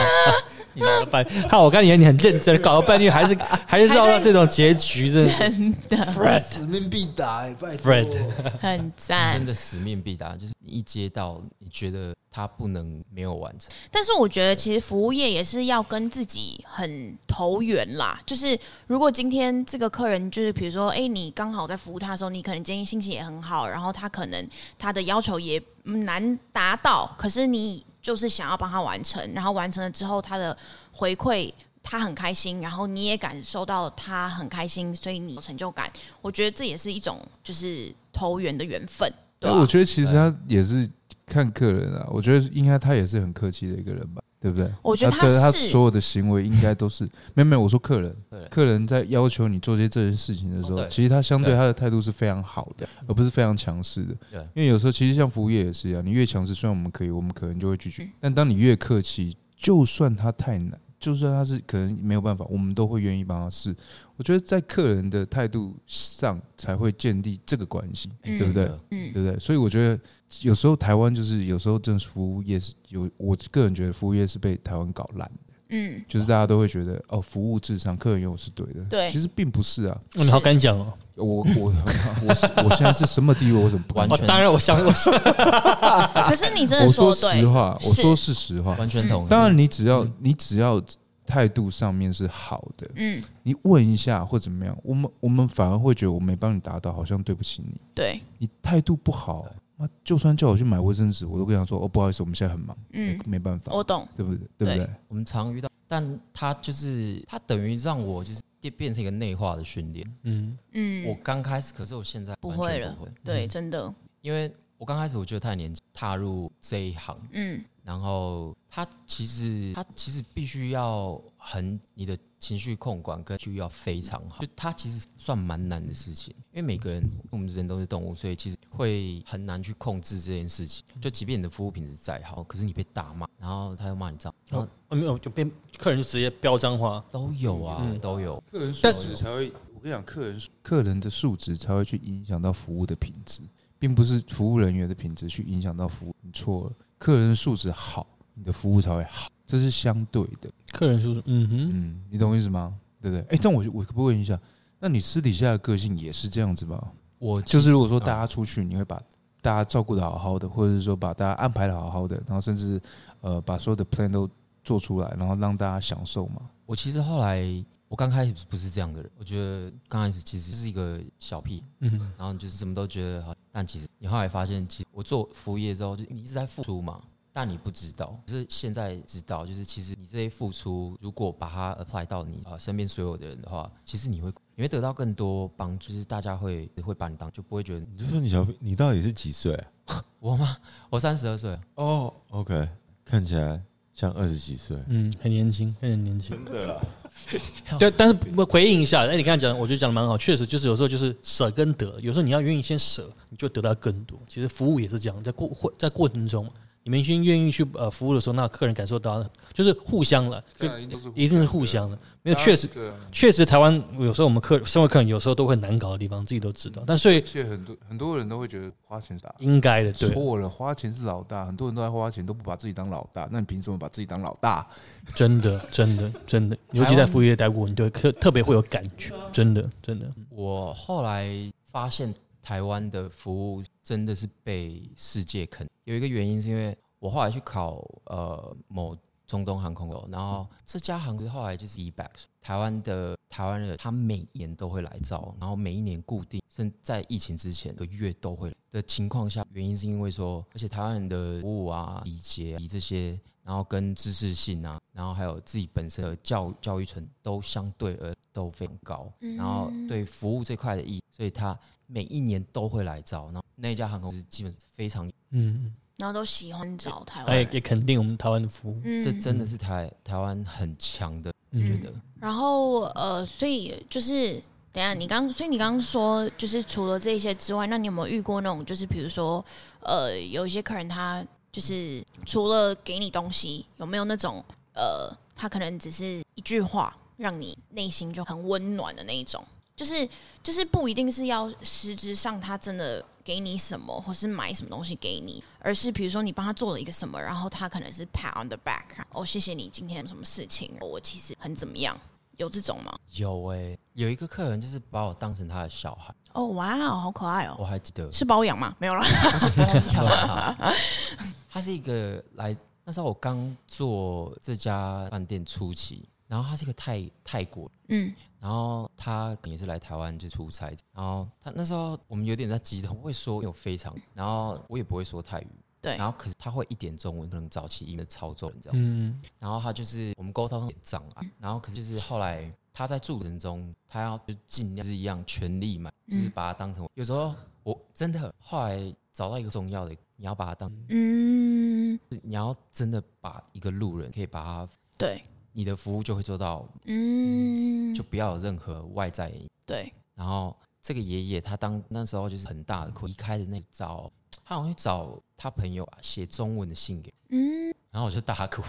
你老半，看我刚才以为你很认真，搞了半天还是还是绕到这种结局，真的是
真的
Fred
使命必达、欸，拜托。
Fred
哦
很
真
赞。
的使命必达，就是你一接到，你觉得他不能没有完成。
但是我觉得，其实服务业也是要跟自己很投缘啦。就是如果今天这个客人，就是比如说，哎、你刚好在服务他的时候，你可能今天心情也很好，然后他可能他的要求也嗯难达到，可是你就是想要帮他完成，然后完成了之后，他的回馈。他很开心，然后你也感受到他很开心，所以你有成就感。我觉得这也是一种就是投缘的缘分，对
但
啊吧、
哎我觉得其实他也是看客人啊，我觉得应该他也是很客气的一个人吧，对不对？
我觉得
他
他
对他
是
所有的行为应该都是没有没有，我说客 人
客人，
客人在要求你做这些这件事情的时
哦
候，
对
其实他相对
对
他的态度是非常好的，而不是非常强势的。
对
因为有时候其实像服务业也是一样，你越强势，虽然我们可以，我们可能就会拒
嗯
绝，但当你越客气，就算他太难。就算他是可能没有办法，我们都会愿意帮他试。我觉得在客人的态度上才会建立这个关系，
嗯
对不对？
嗯，
对不对？所以我觉得有时候台湾就是有时候真的是服务业是有，我个人觉得服务业是被台湾搞烂，
嗯，
就是大家都会觉得哦，服务至上，客人永远是对的。
对
其实并不是啊。
你好敢讲哦！
我我 我是我现在是什么地位，我怎么不敢
完
哦
讲
全
当然，我相我相
可是你真的
我
说
说
得对
实，话，我
是
说是实话。
完全同嗯意。
当然，你只要你只要态度上面是好的，
嗯，
你问一下或怎么样，我们我们反而会觉得我没帮你达到，好像对不起你。
对，
你态度不好，那就算叫我去买卫生纸，我都跟他说哦，不好意思，我们现在很忙，
嗯
没没办法，
我懂，
对不对？对不对？
我们常遇到，但他就是他等于让我就是变变成一个内化的训练。
嗯，
我
嗯，
刚开始，可是我现在
不
完
会
全
了
不会，
对，真的，
因为我刚开始我觉得太年轻，踏入这一行，
嗯
然后他其实他其实必须要很你的情绪控管跟就要非常好，就他其实算蛮难的事情，因为每个人我们人都是动物，所以其实会很难去控制这件事情。就即便你的服务品质再好，可是你被打骂，然后他又骂你脏，然后
哦没有就被客人就直接飙脏话，
都有啊，
嗯
都有。
客人素质才会，我跟你讲，客人客人的素质才会去影响到服务的品质，并不是服务人员的品质去影响到服务。你错了，客人素质好，你的服务才会好，这是相对的。
客人说嗯哼，
嗯，你懂我意思吗？对不对？哎，但我我可不可以问一下，那你私底下的个性也是这样子吗？
我其
就是
实
如果说
嗯
大家出去，你会把大家照顾的好好的，或者是说把大家安排的好好的，然后甚至呃把所有的 plan 都做出来，然后让大家享受嘛。
嗯我其实后来，我刚开始不是这样的人，我觉得刚开始其实就是一个小屁，
嗯，
然后你就是什么都觉得好，但其实你后来发现，其实我做服务业之后，就你一直在付出嘛，但你不知道，只是现在知道，就是其实你这些付出，如果把它 apply 到你啊、呃身边所有的人的话，其实你会你会得到更多帮助，就是大家会会把你当就不会觉得
你就说你小，你到底是几岁啊？
我吗？ 我三十二岁啊，
哦，OK，看起来像二十几岁。
嗯，很年轻，看起来很年轻，真的啊 啦。对，但是我回应一下，哎、你刚才讲，我觉得讲的蛮好，确实就是有时候就是舍跟得，有时候你要愿意先舍，你就得到更多。其实服务也是这样，在过会在过程中，你们先愿意去呃服务的时候，那客人感受到就是互相了，就一定是互相的。没有，确实
对啊，
确实，台湾有时候我们客身为客人，有时候都会很难搞的地方，自己都知道。但所以
而且很多很多人都会觉得花钱是大。
应该的，对，
错了，花钱是老大，很多人都在花钱，都不把自己当老大。那你凭什么把自己当老大？
真的，真的，真的，尤其在服务业待过，你对特特别会有感觉，真的，真的，
我后来发现台湾的服务真的是被世界坑。有一个原因是因为我后来去考呃某中东航空楼，然后这家航空后来就是 e b a c 台湾的台湾人他每年都会来招，然后每一年固定，甚至在疫情之前一个月都会来的情况下，原因是因为说，而且台湾人的服务啊、理解、啊、理这些，然后跟知识性啊，然后还有自己本身的教教育层都相对而都非常高，然后对服务这块的意义，所以他每一年都会来招，然后那一家航空公司基本是非常，
嗯，
然后都喜欢找台
他
湾
也
人，
也肯定我们台湾的服务，
嗯
这真的是台台湾很强的，我
嗯
觉得
然后呃，所以就是等一下，你刚，所以你刚刚说，就是除了这些之外，那你有没有遇过那种，就是比如说，呃，有一些客人他就是除了给你东西，有没有那种，呃，他可能只是一句话，让你内心就很温暖的那一种，就是就是不一定是要实质上他真的给你什么，或是买什么东西给你，而是比如说你帮他做了一个什么，然后他可能是 pat on the back，哦，谢谢你今天有什么事情，我其实很怎么样，有这种吗？
有哎、有一个客人就是把我当成他的小孩，
哦，哇哦，好可爱
我
哦！
还记得
是包养吗？没有啦。
他， 他是一个来那时候我刚做这家饭店初期，然后他是一个泰泰国，
嗯，
然后他也是来台湾就出差，然后他那时候我们有点在激动，会说有非常，然后我也不会说泰语，
对
然后可是他会一点中文，能早期音的操作人这样子，
嗯，
然后他就是我们沟通有点障碍，然后可是就是后来他在住人中，他要就尽量是一样全力嘛，就是
嗯
把他当成我有时候我真的后来找到一个重要的，你要把他当
嗯，
你要真的把一个路人可以把他
对，
你的服务就会做到，
嗯，
就不要有任何外在因
对，
然后这个爷爷他当那时候就是很大的哭，离开的那找他好像去找他朋友啊写中文的信给我，
嗯，
然后我就大哭。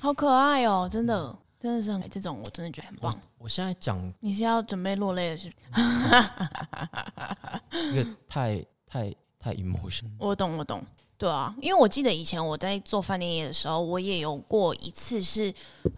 好可爱哦，真的，真的是很这种，我真的觉得很棒
我。我现在讲
你是要准备落泪了是不是？
一个太太太 emotion，
我懂，我懂。对啊，因为我记得以前我在做饭店业的时候，我也有过一次是，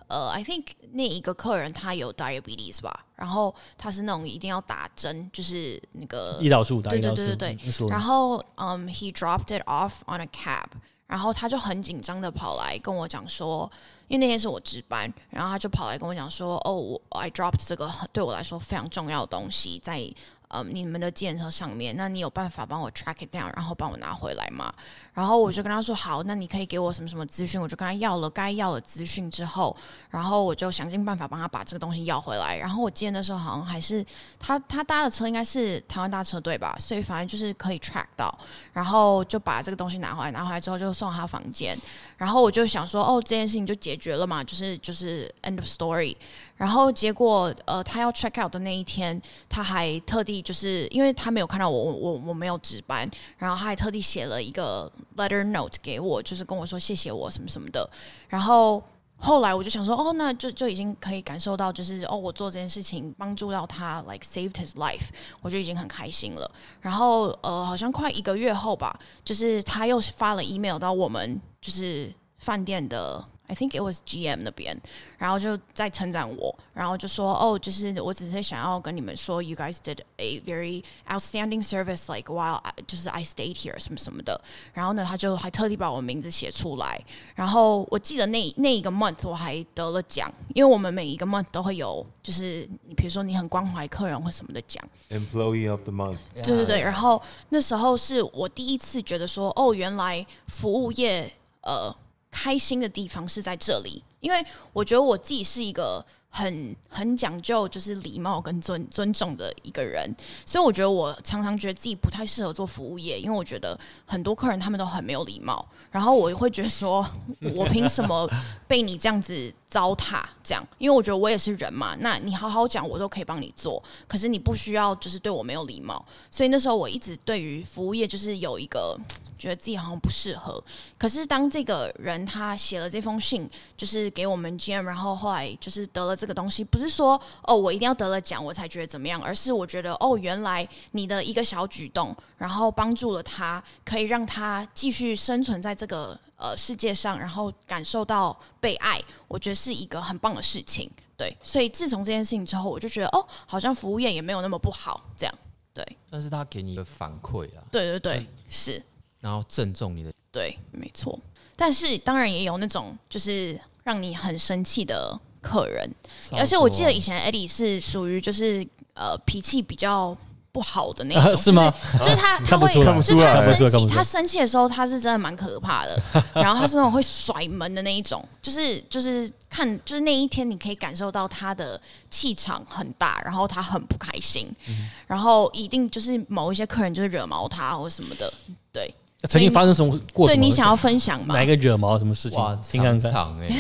呃，I think 那一个客人他有 diabetes 吧，然后他是那种一定要打针，就是那个
胰岛素打
对
胰
对
岛素，
对对
对
然后，嗯、h e dropped it off on a cab，然后他就很紧张的跑来跟我讲说，因为那天是我值班，然后他就跑来跟我讲说，哦，我 I dropped 这个很对我来说非常重要的东西在，嗯，你们的计程车上面，那你有办法帮我 track it down，然后帮我拿回来吗？然后我就跟他说好，那你可以给我什么什么资讯，我就跟他要了该要的资讯之后，然后我就想尽办法帮他把这个东西要回来。然后我记得那时候好像还是他他搭的车应该是台湾大车队吧，所以反正就是可以 track 到，然后就把这个东西拿回来，拿回来之后就送到他房间。然后我就想说，哦，这件事情就解决了嘛，就是就是 end of story。然后结果呃，他要 check out 的那一天，他还特地就是因为他没有看到我，我我我没有值班，然后他还特地写了一个 letter note 给我，就是跟我说谢谢我什么什么的。然后后来我就想说，哦，那就就已经可以感受到，就是哦，我做这件事情帮助到他，like saved his life，我就已经很开心了。然后呃，好像快一个月后吧，就是他又发了 email 到我们，就是饭店的。I think it was GM 那边，然后就在称赞我，然后就说哦，就是我只是想要跟你们说，you guys did a very outstanding service like while I, 就是 I stayed here 什么什么的。然后呢，他就还特地把我名字写出来。然后我记得那那一个 month 我还得了奖，因为我们每一个 month 都会有，就是你比如说你很关怀客人或什么的奖。
Employee of the Month，
对对对，然后那时候是我第一次觉得说，哦，原来服务业呃开心的地方是在这里，因为我觉得我自己是一个很很讲究就是礼貌跟尊尊重的一个人，所以我觉得我常常觉得自己不太适合做服务业，因为我觉得很多客人他们都很没有礼貌，然后我会觉得说，我凭什么被你这样子糟蹋？这样，因为我觉得我也是人嘛，那你好好讲，我都可以帮你做，可是你不需要就是对我没有礼貌，所以那时候我一直对于服务业就是有一个觉得自己好像不适合。可是当这个人他写了这封信，就是给我们 GM，然后后来就是得了这个东西，不是说哦我一定要得了奖我才觉得怎么样，而是我觉得哦原来你的一个小举动，然后帮助了他，可以让他继续生存在这个呃世界上，然后感受到被爱，我觉得是一个很棒的事情。对，所以自从这件事情之后，我就觉得哦，好像服务业也没有那么不好，这样。对，
算是他给你一个反馈啦，
对对对，是
然后正中你的
对，没错。但是当然也有那种就是让你很生气的客人，
啊
而且我记得以前 Eddie 是属于就是呃脾气比较不好的那一种，
是吗？
就是？就是 他他
看不
会
出来看不
出来
就是他
看不出来看不
生
出
气，
来
他生气的时候他是真的蛮可怕 的，然后他是那种会甩门的那一种，就是就是看就是那一天你可以感受到他的气场很大，然后他很不开心，
嗯
然后一定就是某一些客人就是惹毛他或什么的，对。
曾经发生什么过？
对
什么
你想要分享吗
哪？一个惹毛什么事情
哇？
听看
常
看。
常哎，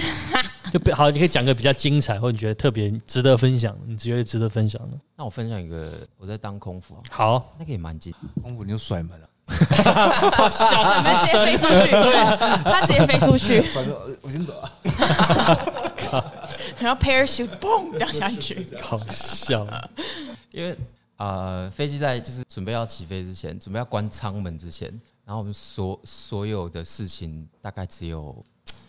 就不好，你可以讲个比较精彩，或者你觉得特别值得分享，你觉得值得分享的。
那我分享一个，我在当空服，啊
好，
那个也蛮近，
功夫你就甩门了，
我们直接飞出去，他直接飞 出去，
反正呃我先走了。
然后 parachute 嘣掉下去，
搞笑，
因为呃，飞机在就是准备要起飞之前，准备要关舱门之前，然后我们所所有的事情大概只有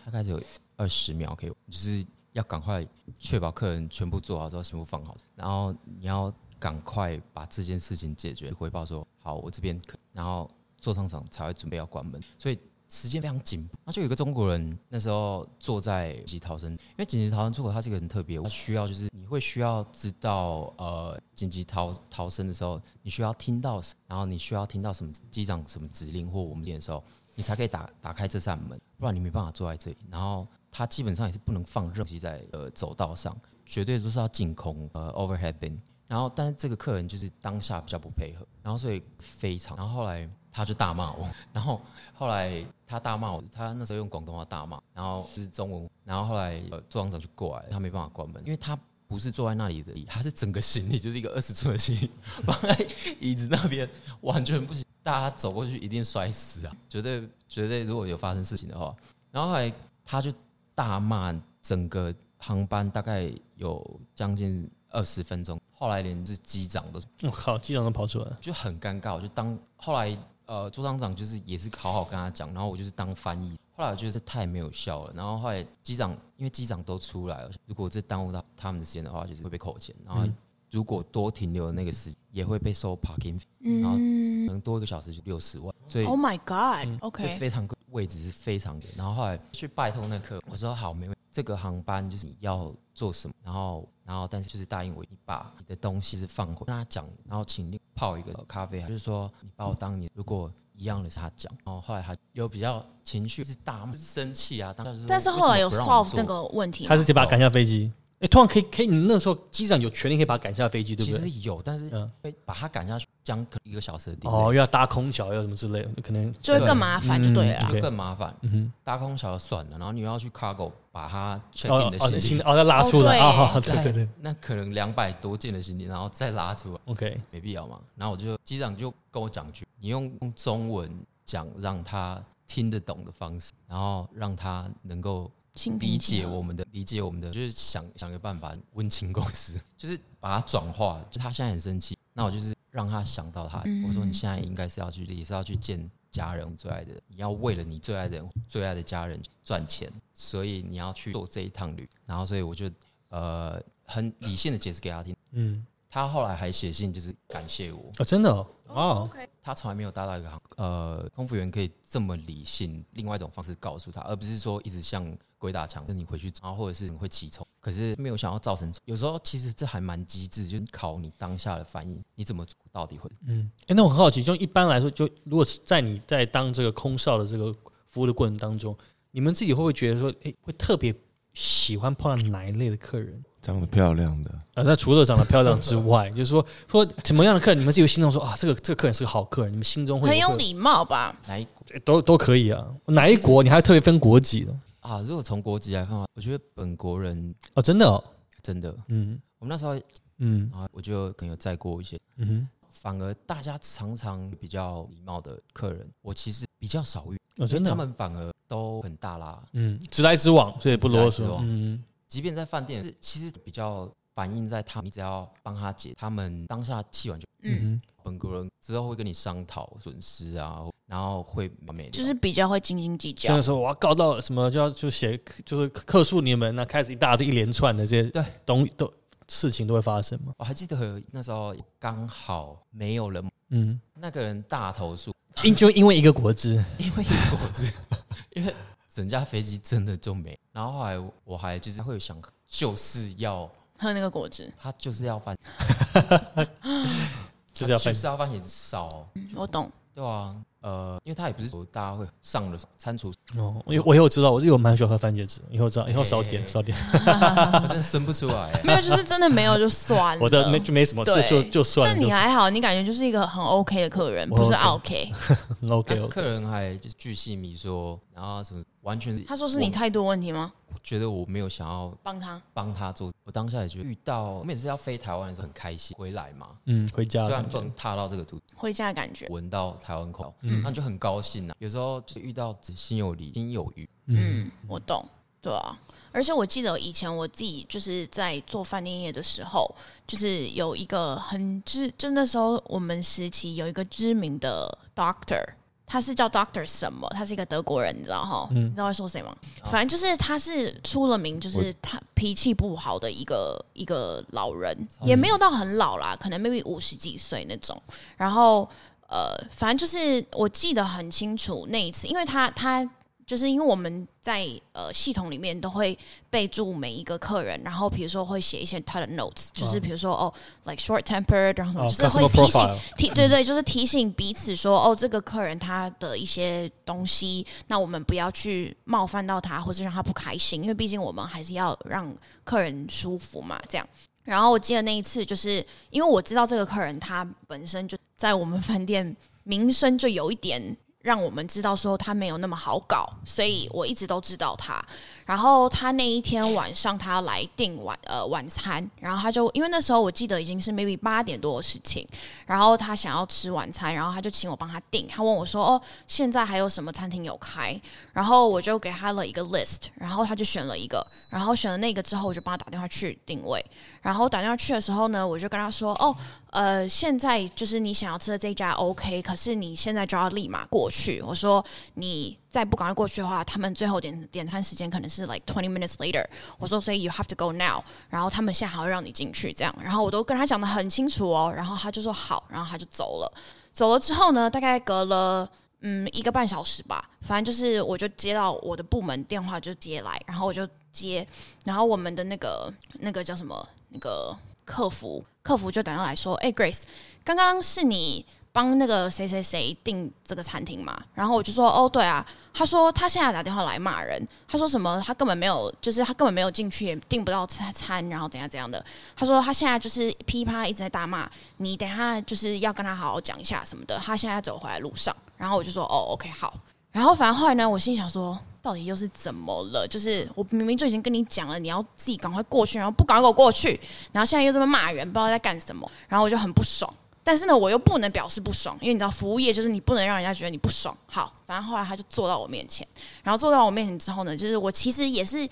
大概只有二十秒可以，就是要赶快确保客人全部做好之后，全部放好，然后你要赶快把这件事情解决，回报说好我这边可，然后做商场才会准备要关门，所以。时间非常紧，那就有一个中国人，那时候坐在紧急逃生，因为紧急逃生出口它是一个很特别，它需要就是你会需要知道呃紧急逃逃生的时候，你需要听到，然后你需要听到什么机长什么指令或我们点的时候，你才可以打打开这扇门，不然你没办法坐在这里。然后它基本上也是不能放任何东西在呃走道上，绝对都是要净空呃 overhead bin。然后，但是这个客人就是当下比较不配合，然后所以非常，然后后来他就大骂我，然后后来他大骂我，他那时候用广东话大骂，然后就是中文，然后后来呃，座长长就过来，他没办法关门，因为他不是坐在那里的，他是整个行李就是一个二十寸的行李放在椅子那边，完全不行，大家走过去一定摔死啊，绝对绝对，如果有发生事情的话，然后后来他就大骂整个航班大概有将近二十分钟，后来连是机长都
我靠，哦机长都跑出来了，
就很尴尬，我就当后来呃，朱厂长就是也是好好跟他讲，然后我就是当翻译。后来我觉得这太没有效了，然后后来机长因为机长都出来了，如果这耽误到他们的时间的话，就是会被扣钱，然后如果多停留的那个时间也会被收 parking，费然后可
嗯
能多一个小时就六十万，所以
，Oh my
嗯
对，
God，OK，
非常贵，位置是非常贵。然后后来去拜托那客，我说好，没问题。这个航班就是你要做什么，然后然后但是就是答应我，你把你的东西是放回，跟他讲，然后请你泡一个咖啡，啊就是说你把我当你，如果一样的是他讲。然后后来他有比较情绪是大骂是生气啊，当时
但是后来有
为什么不让我
solve
做
那个问题吗，
他是直接把他赶下飞机。哎，突然可以可以，你那时候机长有权利可以把他赶下飞机，对
其
不
实
对？
有，但是
嗯
被把他赶下去，将可能一个小时的地
哦，又
方，
要搭空桥，又什么之类的，可能
就会更麻烦，就对了啦
嗯。OK
就更麻烦。
嗯哼。
搭空桥算了，然后你又要去 cargo 把他 check
哦
in 的
哦，
行
新
李
的哦要拉出来
哦对
啊，哦对对
在
对
那可能两百多件的行李，然后再拉出来，
，OK，
没必要嘛。然后我就机长就跟我讲一句，你用用中文讲，让他听得懂的方式，然后让他能够
心平
理
气
解
和
我们的理解我们的，就是想想个办法温情公司， 就是把它转化。就他现在很生气，那我就是让他想到他，
嗯
我说你现在应该是要去，也是要去见家人最爱的人，你要为了你最爱的人、最爱的家人赚钱，所以你要去做这一趟旅。然后，所以我就呃很理性的解释给他听。
嗯，
他后来还写信，就是感谢我。
哦，真的哦，哇哦，
他从来没有搭到一个航呃空服员可以这么理性，另外一种方式告诉他，而不是说一直像鬼打墙，就是你回去，然后或者是你会起冲，可是没有想要造成。有时候其实这还蛮机智，就是考你当下的反应，你怎么做到底会
嗯，哎，那我很好奇，就一般来说，就如果是在你在当这个空少的这个服务的过程当中，你们自己会不会觉得说，哎，会特别喜欢碰到哪一类的客人？
长得漂亮的，
啊，那除了长得漂亮之外， 就是说说什么样的客人，你们自己会心中说啊，这个这个客人是个好客人，你们心中会
很
有
有
会
礼貌吧？
哪一
都都可以啊，哪一国你还特别分国籍呢？
啊？如果从国籍来看的话，我觉得本国人
哦，真的哦，
真的，
嗯
我们那时候
嗯
啊，我就可能有载过一些，
嗯哼，
反而大家常常比较礼貌的客人，我其实比较少遇，
哦，真的
他
哦，
们反而都很大啦，
嗯，直来直往，所以不啰
直
嗦
来直，往
嗯
即便在饭店，是其实比较反映在他，你只要帮他解，他们当下气完就
嗯
嗯，
哼。
本国人之后会跟你商讨损失啊，然后会完美
就是比较会斤斤计
真
较
的。说我要告到什么，就要就写就是客诉你们，那开始一大堆一连串的这些
对
东都事情都会发生嘛。
我还记得那时候刚好没有人，
嗯，
那个人大投诉，
因就因为一个国字，
因为有果子， 因为整架飞机真的就没。然后后来我还就是会想，就是要
喝那个果汁，
他就是要翻，
就是要翻
啊
他就是要翻也少，
我懂。
对啊，呃，因为他也不是说大家会上了餐厨，
哦。我有我有知道，我因为我蛮喜欢喝番茄汁，以后知
哎
道以后少点
嘿
少点，
我真的生不出来、
没有，就是真的没有就算了。
我这没就没什么事，
对
就就算
但
了，
你
就
还好，你感觉就是一个很 OK 的客人，
我
不是
OK
OK。
很 OK
那
OK。
客人还就是巨细靡说，然后什么完全是
他说是你态度问题吗？
我觉得我没有想要
帮他
帮他做，我当下也觉得遇到我每次要飞台湾的时候很开心，回来嘛，
嗯，回家
虽
的
然
感
不
觉
能踏到这个土地，
回家的感觉，
闻到台湾口，那就很高兴啊。有时候就遇到心有理，心有余，
嗯，我懂，对啊。而且我记得以前我自己就是在做饭店业的时候，就是有一个很知，就那时候我们时期有一个知名的 doctor，他是叫 doctor 什么？他是一个德国人，你知道哈？
嗯
你知道我在说谁吗？反正就是他是出了名，就是他脾气不好的一个一个老人，也没有到很老啦，可能 maybe 五十几岁那种。然后呃，反正就是我记得很清楚那一次，因为他他就是因为我们在呃系统里面都会备注每一个客人，然后比如说会写一些他的 notes，就是比如说哦，like short tempered，然后什么，
哦
就是
，customer
会提醒
profile
提对对，就是提醒彼此说哦，这个客人他的一些东西，那我们不要去冒犯到他，或是让他不开心，因为毕竟我们还是要让客人舒服嘛，这样。然后我记得那一次，就是因为我知道这个客人他本身就在我们饭店名声就有一点让我们知道说他没有那么好搞，所以我一直都知道他。然后他那一天晚上他要来订晚呃晚餐，然后他就因为那时候我记得已经是 maybe 八点多的事情，然后他想要吃晚餐，然后他就请我帮他订，他问我说哦现在还有什么餐厅有开，然后我就给他了一个 list，然后他就选了一个，然后选了那个之后我就帮他打电话去定位，然后打电话去的时候呢，我就跟他说：“哦，呃，现在就是你想要吃的这一家 OK，可是你现在就要立马过去。”我说：“你再不赶快过去的话，他们最后点点餐时间可能是 like twenty minutes later。”我说：“所以 you have to go now。”然后他们现在还会让你进去，这样。然后我都跟他讲的很清楚哦，然后他就说好，然后他就走了。走了之后呢，大概隔了。嗯，一个半小时吧，反正就是我就接到我的部门电话就接来，然后我就接，然后我们的那个那个叫什么那个客服，客服就打电话来说，哎、g r a c e 刚刚是你帮那个谁谁谁订这个餐厅嘛？然后我就说，哦，对啊。他说他现在打电话来骂人，他说什么？他根本没有，就是他根本没有进去，也订不到餐餐，然后怎样怎样的。他说他现在就是噼啪一直在大骂，你等一下就是要跟他好好讲一下什么的。他现在走回来路上，然后我就说，哦，OK，好。然后反正后来呢，我心里想说，到底又是怎么了？就是我明明就已经跟你讲了，你要自己赶快过去，然后不赶快给我过去，然后现在又这么骂人，不知道在干什么，然后我就很不爽。但是呢，我又不能表示不爽，因为你知道，服务业就是你不能让人家觉得你不爽。好，反正后来他就坐到我面前，然后坐到我面前之后呢，就是我其实也是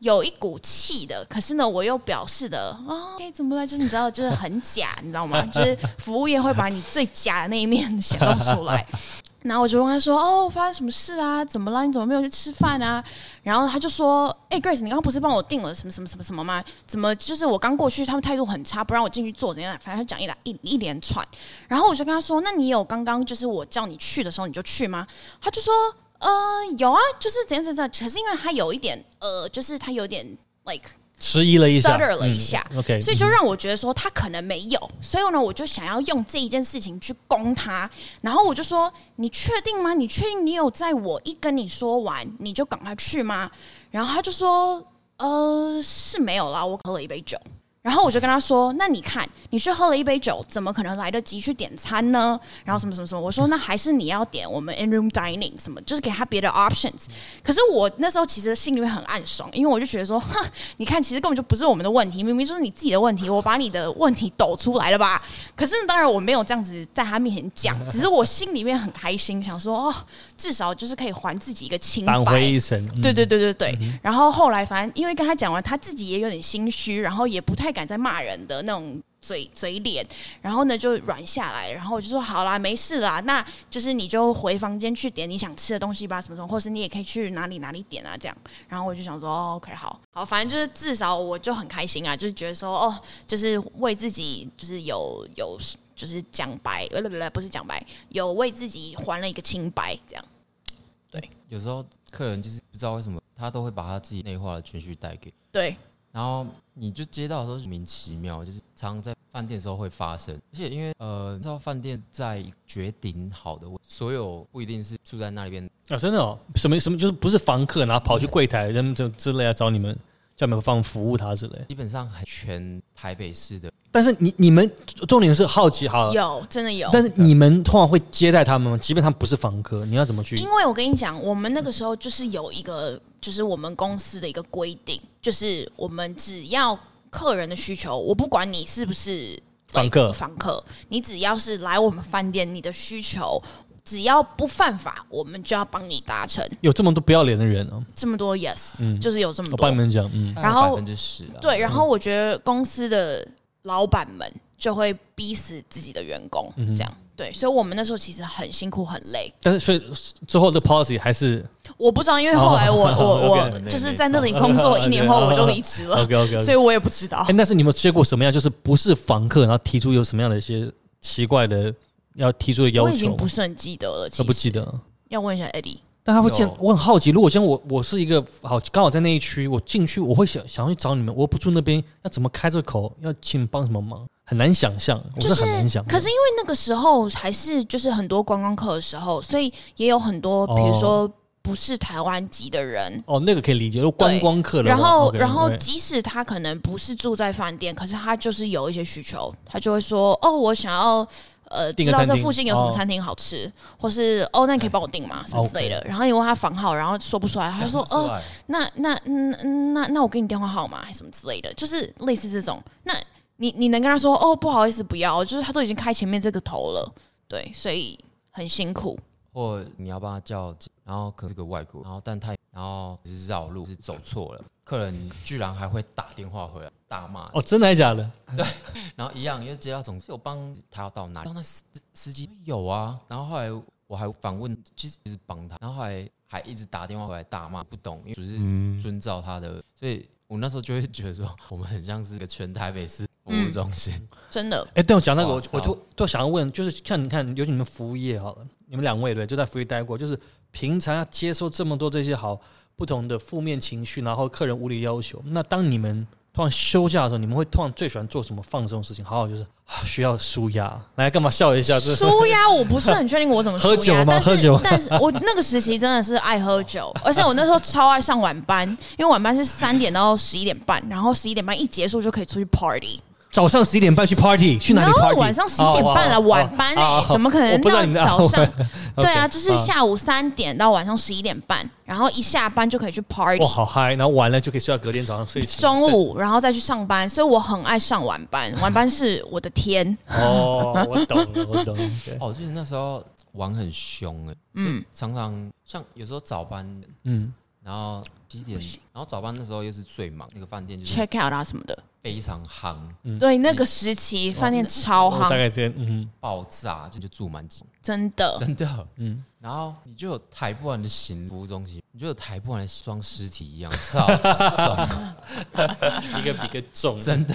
有一股气的，可是呢，我又表示的啊、哦，OK，怎么了？就是你知道，就是很假，你知道吗？就是 服务业会把你最假的那一面显露出来。 然后我就问他说：“哦，发生什么事啊？怎么了？你怎么没有去吃饭啊？”然后他就说：“哎、g r a c e 你刚刚不是帮我订了什么什么什么什么吗？怎么就是我刚过去，他们态度很差，不让我进去坐，怎样？反正他讲一大一一连串。然后我就跟他说：‘那你有刚刚就是我叫你去的时候你就去吗？’他就说：‘嗯、有啊，就是怎样怎样怎样。’可是因为他有一点呃，就是他有点 like
迟疑了一下嗯
stutter 了一下，
，OK，
所以就让我觉得说他可能没有，所以呢，我就想要用这一件事情去攻他。然后我就说：“你确定吗？你确定你有在我一跟你说完你就赶快去吗？”然后他就说：“呃，是没有啦，我喝了一杯酒。”然后我就跟他说：“那你看，你去喝了一杯酒，怎么可能来得及去点餐呢？然后什么什么什么，我说那还是你要点我们 in room dining 什么，就是给他别的 options。可是我那时候其实心里面很暗爽，因为我就觉得说，哼，你看，其实根本就不是我们的问题，明明就是你自己的问题，我把你的问题抖出来了吧？可是当然我没有这样子在他面前讲，只是我心里面很开心，想说哦，至少就是可以还自己一个清白，
扳回一城，嗯
对对对对对。然后后来反正因为跟他讲完，他自己也有点心虚，然后也不太敢再骂人的那种。嘴嘴脸，然后呢就软下来，然后我就说好啦，没事啦，那就是你就回房间去点你想吃的东西吧，什么什么，或是你也可以去哪里哪里点啊，这样。然后我就想说、哦、，OK，好好，反正就是至少我就很开心啊，就是觉得说哦，就是为自己就是有有就是讲白，呃不不不不是讲白，有为自己还了一个清白，这样。
有时候客人就是不知道为什么，他都会把他自己内化的情绪带给，
对，
然后你就接到的时候莫名其妙，就是常常在饭店的时候会发生，而且因为呃，你知道饭店在绝顶好的位，所有不一定是住在那里边，
嗯
啊，真的哦，什么什么就是不是房客，然后跑去柜台，人就之类来找你们，叫你们帮忙服务他之类。
基本上很全台北市的，
但是你你们重点是好奇好了，
有真的有。
但是你们通常会接待他们吗？即便他们不是房客，你要怎么去
因？为我跟你讲，我们那个时候就是有一个，就是我们公司的一个规定，就是我们只要客人的需求，我不管你是不是
访客
访客，你只要是来我们饭店，你的需求只要不犯法，我们就要帮你达成。
有这么多不要脸的人哦、
这么多 yes，、
嗯
就是有这么
我
多
帮你。们讲，嗯，
然后
百分之十啊，
对，然后我觉得公司的老板们就会逼死自己的员工，
嗯
这样。对，所以我们那时候其实很辛苦很累。
但是所以之后的 policy 还是
我不知道，因为后 来我、
哦
我
OK，
我
那
就是在那里工作一年后我就离职 了
OK OK
所
OK。
以我也不知道
哎，。但是你有没有接过什么样就是不是房客，然后提出有什么样的一些奇怪的要提出的要
我已
求
经
吗？
不是很记得了，其
都
实
不记得了。
要问一下 Eddie。
但他会见
有，
我很好奇。如果像我，我是一个好，刚好在那一区，我进去我会想想要去找你们，我不住那边，要怎么开这个口？要请你帮什么忙？很难想象，我
就是
是很难想象。
可是因为那个时候还是就是很多观光客的时候，所以也有很多比如说不是台湾籍的人。
哦，那个可以理解，就观光客的话。
然后，
OK，
然后
OK
即使他可能不是住在饭店，可是他就是有一些需求，他就会说：“哦，我想要呃，
订
知
个
道
餐
这
厅
附近有什么
哦哎
餐厅好吃，或是哦，那你可以帮我订吗？什么之类的。”然后你问他房号，然后说不出来，他就说：“哦，
哦，
那那嗯嗯，那那我给你电话号码还是什么之类的，就是类似这种。那你你能跟他说哦，不好意思，不要，就是他都已经开前面这个头了，对，所以很辛苦。
或你要帮他叫，然后可是个外国，然后但他然后只是绕路，是走错了，客人居然还会打电话回来大骂，
哦，真的还假的？
然后一样又接到总，有帮他要到哪里，然后那司司机有啊，然后后来我还反问，其实就是帮他，然后后来还一直打电话回来大骂，不懂，因为只
嗯
是遵照他的，所以我那时候就会觉得说，我们很像是个全台北市服
嗯
务中心，
真的，
哎，但我讲那个，我
哇
我
操
就就想要问，就是像你看，尤其你们服务业好了，你们两位对，就在服务业待过，就是平常要接受这么多这些好不同的负面情绪，然后客人无理要求，那当你们通常休假的时候，你们会通常最喜欢做什么放松的事情？好好就是、啊、需要舒压，来干嘛笑一下？就是
舒压我不是很确定我怎么舒
喝酒
压，
吗
但
喝
是
酒
但是我那个时期真的是爱喝酒，而且我那时候超爱上晚班，因为晚班是三点到十一点半，然后十一点半一结束就可以出去 party，
早上十一点半去 party，去哪里
然后
party？
晚上11点半了
哦哦哦
晚班欸
哦哦
怎么可能
我不知道你们
到早上
OK，
对啊，就是
啊
下午三点到晚上十一点半，然后一下班就可以去 party，
哇，好嗨！然后完了就可以睡到隔天早上睡醒。
中午，然后再去上班，所以我很爱上晚班。晚班是我的天，
哦，我懂了，我懂了。 对
哦，就是那时候玩很凶哎、
嗯，
常常像有时候早班，
嗯，
然后几点，然后早班那时候又是最忙，那个饭店就是
，check out 啊什么的。
非常夯
对，那个时期饭店超
嗯我大
夯，
概这样，嗯，
爆炸，就就住满几
真的。
真的，
嗯
嗯，然后你就有抬不完的行服务中心，你就有抬不完的装尸体一样，操，重，
一个比一个重。
真的，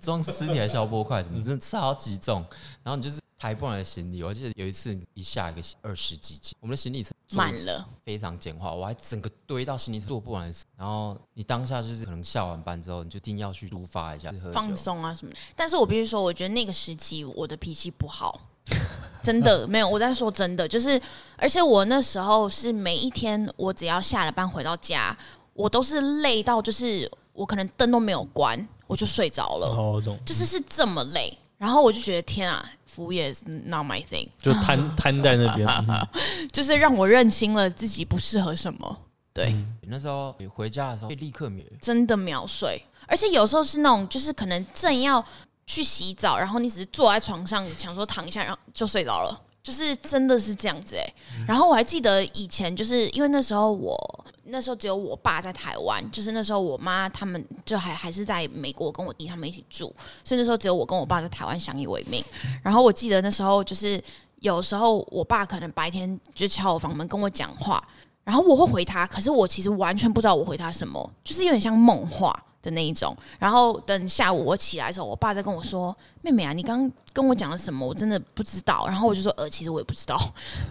装尸体还消波快，什么真的超级重，然后你就是抬不完的行李，我记得有一次一下一个二十几斤，我们的行李做
满了，
非常简化，我还整个堆到行李做不完的事，然后你当下就是可能下完班之后，你就一定要去抒发一下，喝酒
放松啊什么的。但是我必须说，我觉得那个时期我的脾气不好， 真的没有。我在说真的，就是而且我那时候是每一天，我只要下了班回到家，我都是累到就是我可能灯都没有关，我就睡着了，
哦，我懂，
就是是这么累。然后我就觉得天啊，服务业 is not my thing。
就摊摊在 那边。嗯
就是让我认清了自己不适合什么，对，
那时候回家的时候被立刻秒，
真的秒睡。而且有时候是那种，就是可能正要去洗澡，然后你只是坐在床上想说躺一下，然后就睡着了，就是真的是这样子哎、然后我还记得以前，就是因为那时候我那时候只有我爸在台湾，就是那时候我妈他们就还还是在美国跟我弟他们一起住，所以那时候只有我跟我爸在台湾相依为命。然后我记得那时候就是有时候我爸可能白天就敲我房门跟我讲话，然后我会回他，可是我其实完全不知道我回他什么，就是有点像梦话的那一种。然后等下午我起来的时候，我爸在跟我说：“妹妹啊，你刚刚跟我讲了什么？我真的不知道。”然后我就说：“呃，其实我也不知道，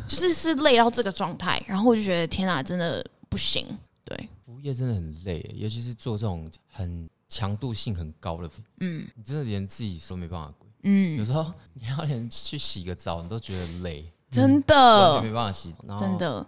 就是是累到这个状态。”然后我就觉得天啊，真的不行。对，
服务业真的很累，尤其是做这种很强度性很高的，
嗯
你真的连自己都没办法顾。有
嗯，
时候你要连去洗个澡，你都觉得累，
真
完
的
全没办法洗澡，然后
呃真，的，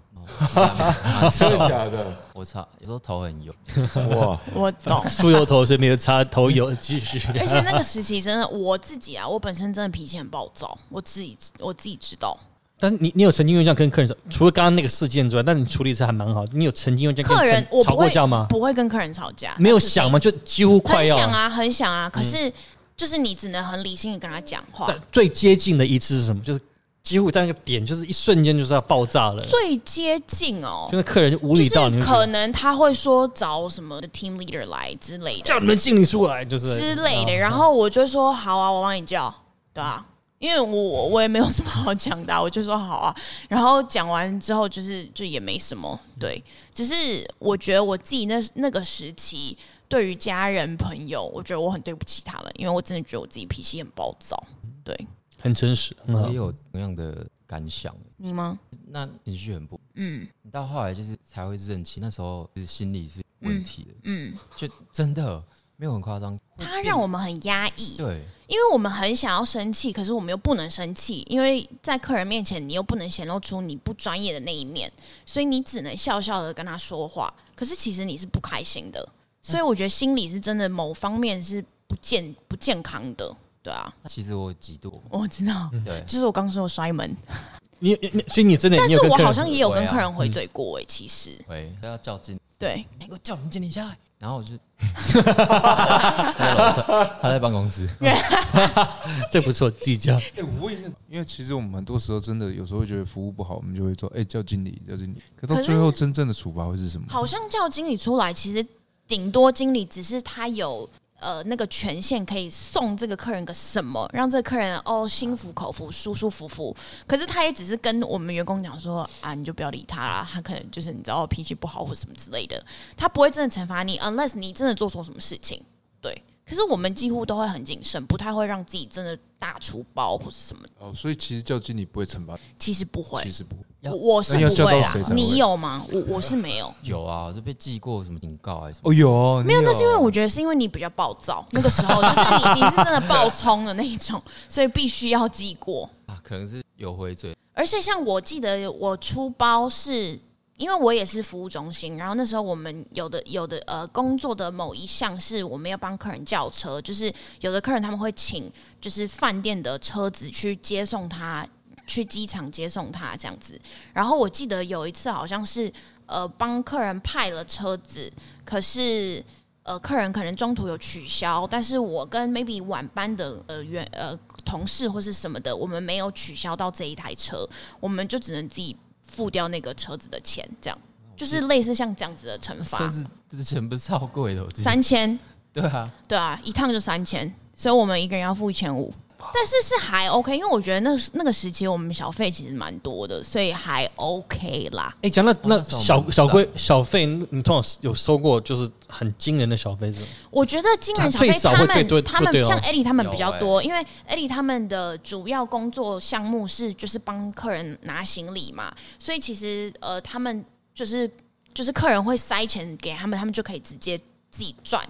真的
哦
假的？
我操，有时候头很油，
哇，
我懂。
梳油头，所以没有擦头油，继续。
而且那个时期真的，我自己啊，我本身真的脾气很暴躁，我自己我自己知道。
但你你有曾经用这样跟客人说，除了刚刚那个事件之外，但你处理是还蛮好。 你有曾经用这样跟
客人我
吵
不
过
会
架吗？
不会跟客人吵架，
没有
但是
想吗？就几乎快
很
要嗯
想啊，很想啊，可是就是你只能很理性的跟他讲话
在。最接近的一次是什么？就是几乎在那个点，就是一瞬间就是要爆炸了。
最接近哦，
就那客人就无理到
就
你
是
会觉
可
得，
能他会说找什么的 team leader 来之类的
叫你们经理出来，就是
之类
嗯
的，然后我就说好啊，我帮你叫，对啊，因为我我也没有什么好讲的啊、我就说好啊。然后讲完之后，就是就也没什么，
嗯
对，只是我觉得我自己那那个时期，对于家人朋友，我觉得我很对不起他们，因为我真的觉得我自己脾气很暴躁。对
很真实，很
我
好
也。有同样的感想。
你吗？
那情绪很不，
嗯
你到后来就是才会认清，那时候是心理是有问题的，
嗯，
就真的没有很夸张。
他让我们很压抑。
对
因为我们很想要生气，可是我们又不能生气，因为在客人面前你又不能显露出你不专业的那一面，所以你只能笑笑的跟他说话。可是其实你是不开心的，
嗯
所以我觉得心理是真的某方面是不健不健康的，对啊，
那其实我有几度，
我知道。
嗯
对，
就是我刚说我摔门，
你你所以你真的，
但
你
是
有跟
我
客人
好像也有跟
对啊
客人
嗯
回嘴过哎、其实
喂，都要较劲，
对，
你给我叫你经理下来，然后我就， 在楼上他在办公室，
这不错，计较。
因为其实我们很多时候真的有时候会觉得服务不好，我们就会说，哎、叫经理，叫经理。可到
可是
最后真正的处罚会是什么？
好像叫经理出来，其实顶多经理只是他有呃那个权限可以送这个客人个什么，让这个客人哦心服口服、舒舒服服。可是他也只是跟我们员工讲说啊，你就不要理他啦，他可能就是你知道脾气不好或什么之类的，他不会真的惩罚你，unless 你真的做错什么事情。对，可是我们几乎都会很谨慎，不太会让自己真的大出包或是什么，
哦，所以其实叫经理不会惩罚，
其实不会
其。实不会。
我我是
要
不
叫
会
到
啦
谁才，会
你有吗？我我是没有。
有啊，我就被记过什么警告还是什么，
哦，有哦
没有，那是因为我觉得是因为你比较暴躁，那个时候就是你你是真的爆冲的那一种，所以必须要记过。
啊，可能是有回嘴，
而且像我记得我出包是。因为我也是服务中心，然后那时候我们有的有的呃工作的某一项是我们要帮客人叫车，就是有的客人他们会请就是饭店的车子去接送他，去机场接送他这样子。然后我记得有一次好像是呃帮客人派了车子，可是呃客人可能中途有取消，但是我跟 maybe 晚班的呃员呃同事或是什么的，我们没有取消到这一台车，我们就只能自己付掉那个车子的钱，这样就是类似像这样子的惩
车
罚，
子之前不是超贵的，我记得
三千。
对啊，
对啊，一趟就三千，所以我们一个人要付一千五。但是是还 OK，因为我觉得那那个时期我们小费其实蛮多的，所以还 OK 啦。
哎，讲到那
那时候我
小
们
小
上
规小费，你通常有收过就是很惊人的小费是吗？
我觉得金人小
最
费
少
他
会
们
最多
他
最
们
多欸
像 Ellie 他们比较多，因为 Ellie 他们的主要工作项目是就是帮客人拿行李嘛，所以其实呃他们就是就是客人会塞钱给他们，他们就可以直接。自己赚，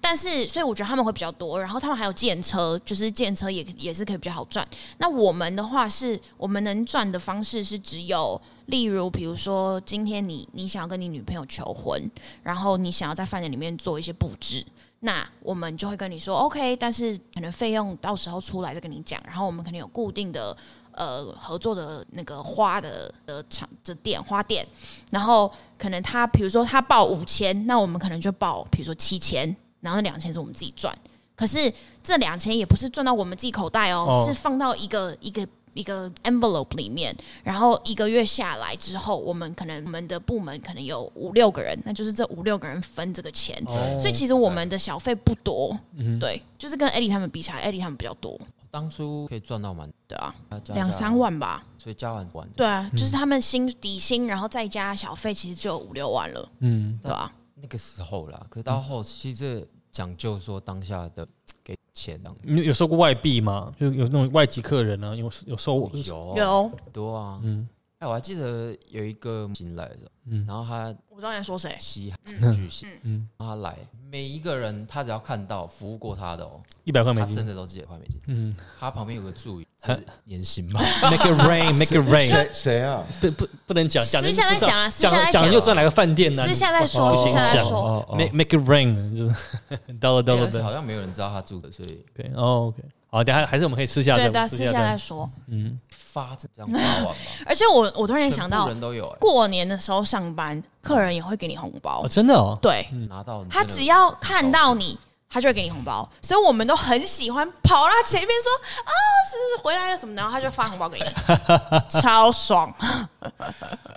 但是所以我觉得他们会比较多，然后他们还有建车，就是建车也也是可以比较好赚。那我们的话是，我们能赚的方式是只有，例如比如说今天你你想要跟你女朋友求婚，然后你想要在饭店里面做一些布置，那我们就会跟你说 OK，但是可能费用到时候出来再跟你讲，然后我们肯定有固定的呃合作的那个花的的厂的店花店，然后可能他比如说他报五千，那我们可能就报比如说七千，然后那两千是我们自己赚，可是这两千也不是赚到我们自己口袋哦，
哦
是放到一个一个。一个 envelope 里面，然后一个月下来之后，我们可能我们的部门可能有五六个人，那就是这五六个人分这个钱，所以其实我们的小费不多，对，就是跟艾莉他们比起来，艾莉他们比较多，
当初可以赚到蛮
对啊，
加加
两三，万吧，
所以加完完，
对啊，就是他们薪底薪，然后再加小费，其实就有五六万了，
嗯，
对啊吧？
那个时候啦，可是到后期这讲究说当下的给钱啊这样，
你有收过外币吗？就有那种外籍客人啊，有有收
哦有
哦有，
很多啊，
嗯
哎，我还记得有一个新来的，
嗯
然后他
我不知道你在说谁，
嘻哈巨星，
嗯
然后他来，每一个人他只要看到服务过他的哦，
一百块美
他
金
真，的都记得块美金。
嗯，
他旁边有个助理，这是年薪吗？
Make it rain, make it rain。
谁谁啊？
不不不能讲，讲
私下再讲啊私下再
讲
讲
讲又知道哪个饭店呢？
私下再说
不
私
行
下再
讲
说啊
哦哦
Make make it rain，就是 dollar
对
dollar
而且好
的。
像没有人知道他住的，所以
OK，哦 OK，好，等下还是我们可以私下
对
再
对啊，私
私
下再
再
说。
嗯，
发这样发完吧。
而且我我突然想
全部
到
人，都有、欸，
过年的时候上班，客人也会给你红包
哦，，真的哦，
对
拿到你
他
嗯真的
只要看到你。他就会给你红包，所以我们都很喜欢跑到他前面说啊，是是回来了什么，然后他就发红包给你， 超爽，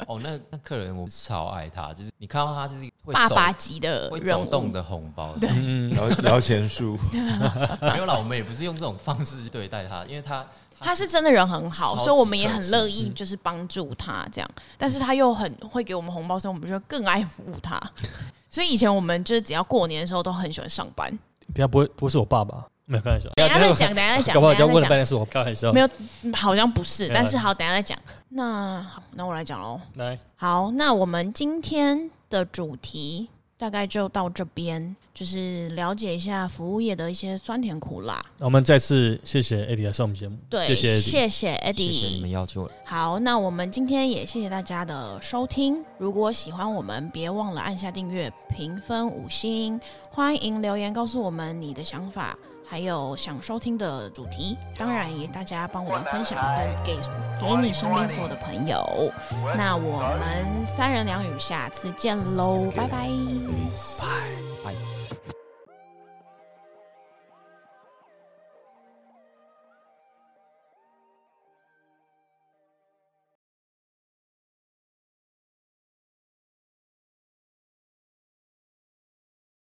哦，那那客人我超爱他，就是你看到他就是会
爸
走
爸级的
会
任
走动
务。
的红包，
摇摇钱树，
没有啦，我们也不是用这种方式去对待他，因为他
他是真的人很好，
超级
所以我们也很乐意就是帮助他这样，但是他又很会给我们红包，所以我们就更爱服务他。 所以以前我们就是只要过年的时候都很喜欢上班。
不要不会不会是我爸爸，没有开玩笑。
等一下再 讲，等一下再讲，
搞不好要
等一
问
下
了
再
半
讲。
天是我开玩笑。
没有，嗯好像不是，
没有
但是好，等一下再讲。那好，那我来讲喽。
来，
好，那我们今天的主题大概就到这边，就是了解一下服务业的一些酸甜苦辣。
我们再次谢谢 AD 来上我们节目，
对，
谢谢 AD。
谢谢 Eddie，
谢谢你们要求我，
好，那我们今天也谢谢大家的收听。如果喜欢我们，别忘了按下订阅、评分五星，欢迎留言告诉我们你的想法，还有想收听的主题。当然，也大家帮我们分享跟给给你身边所有的朋友。那我们三人两语，下次见喽，拜拜。
拜。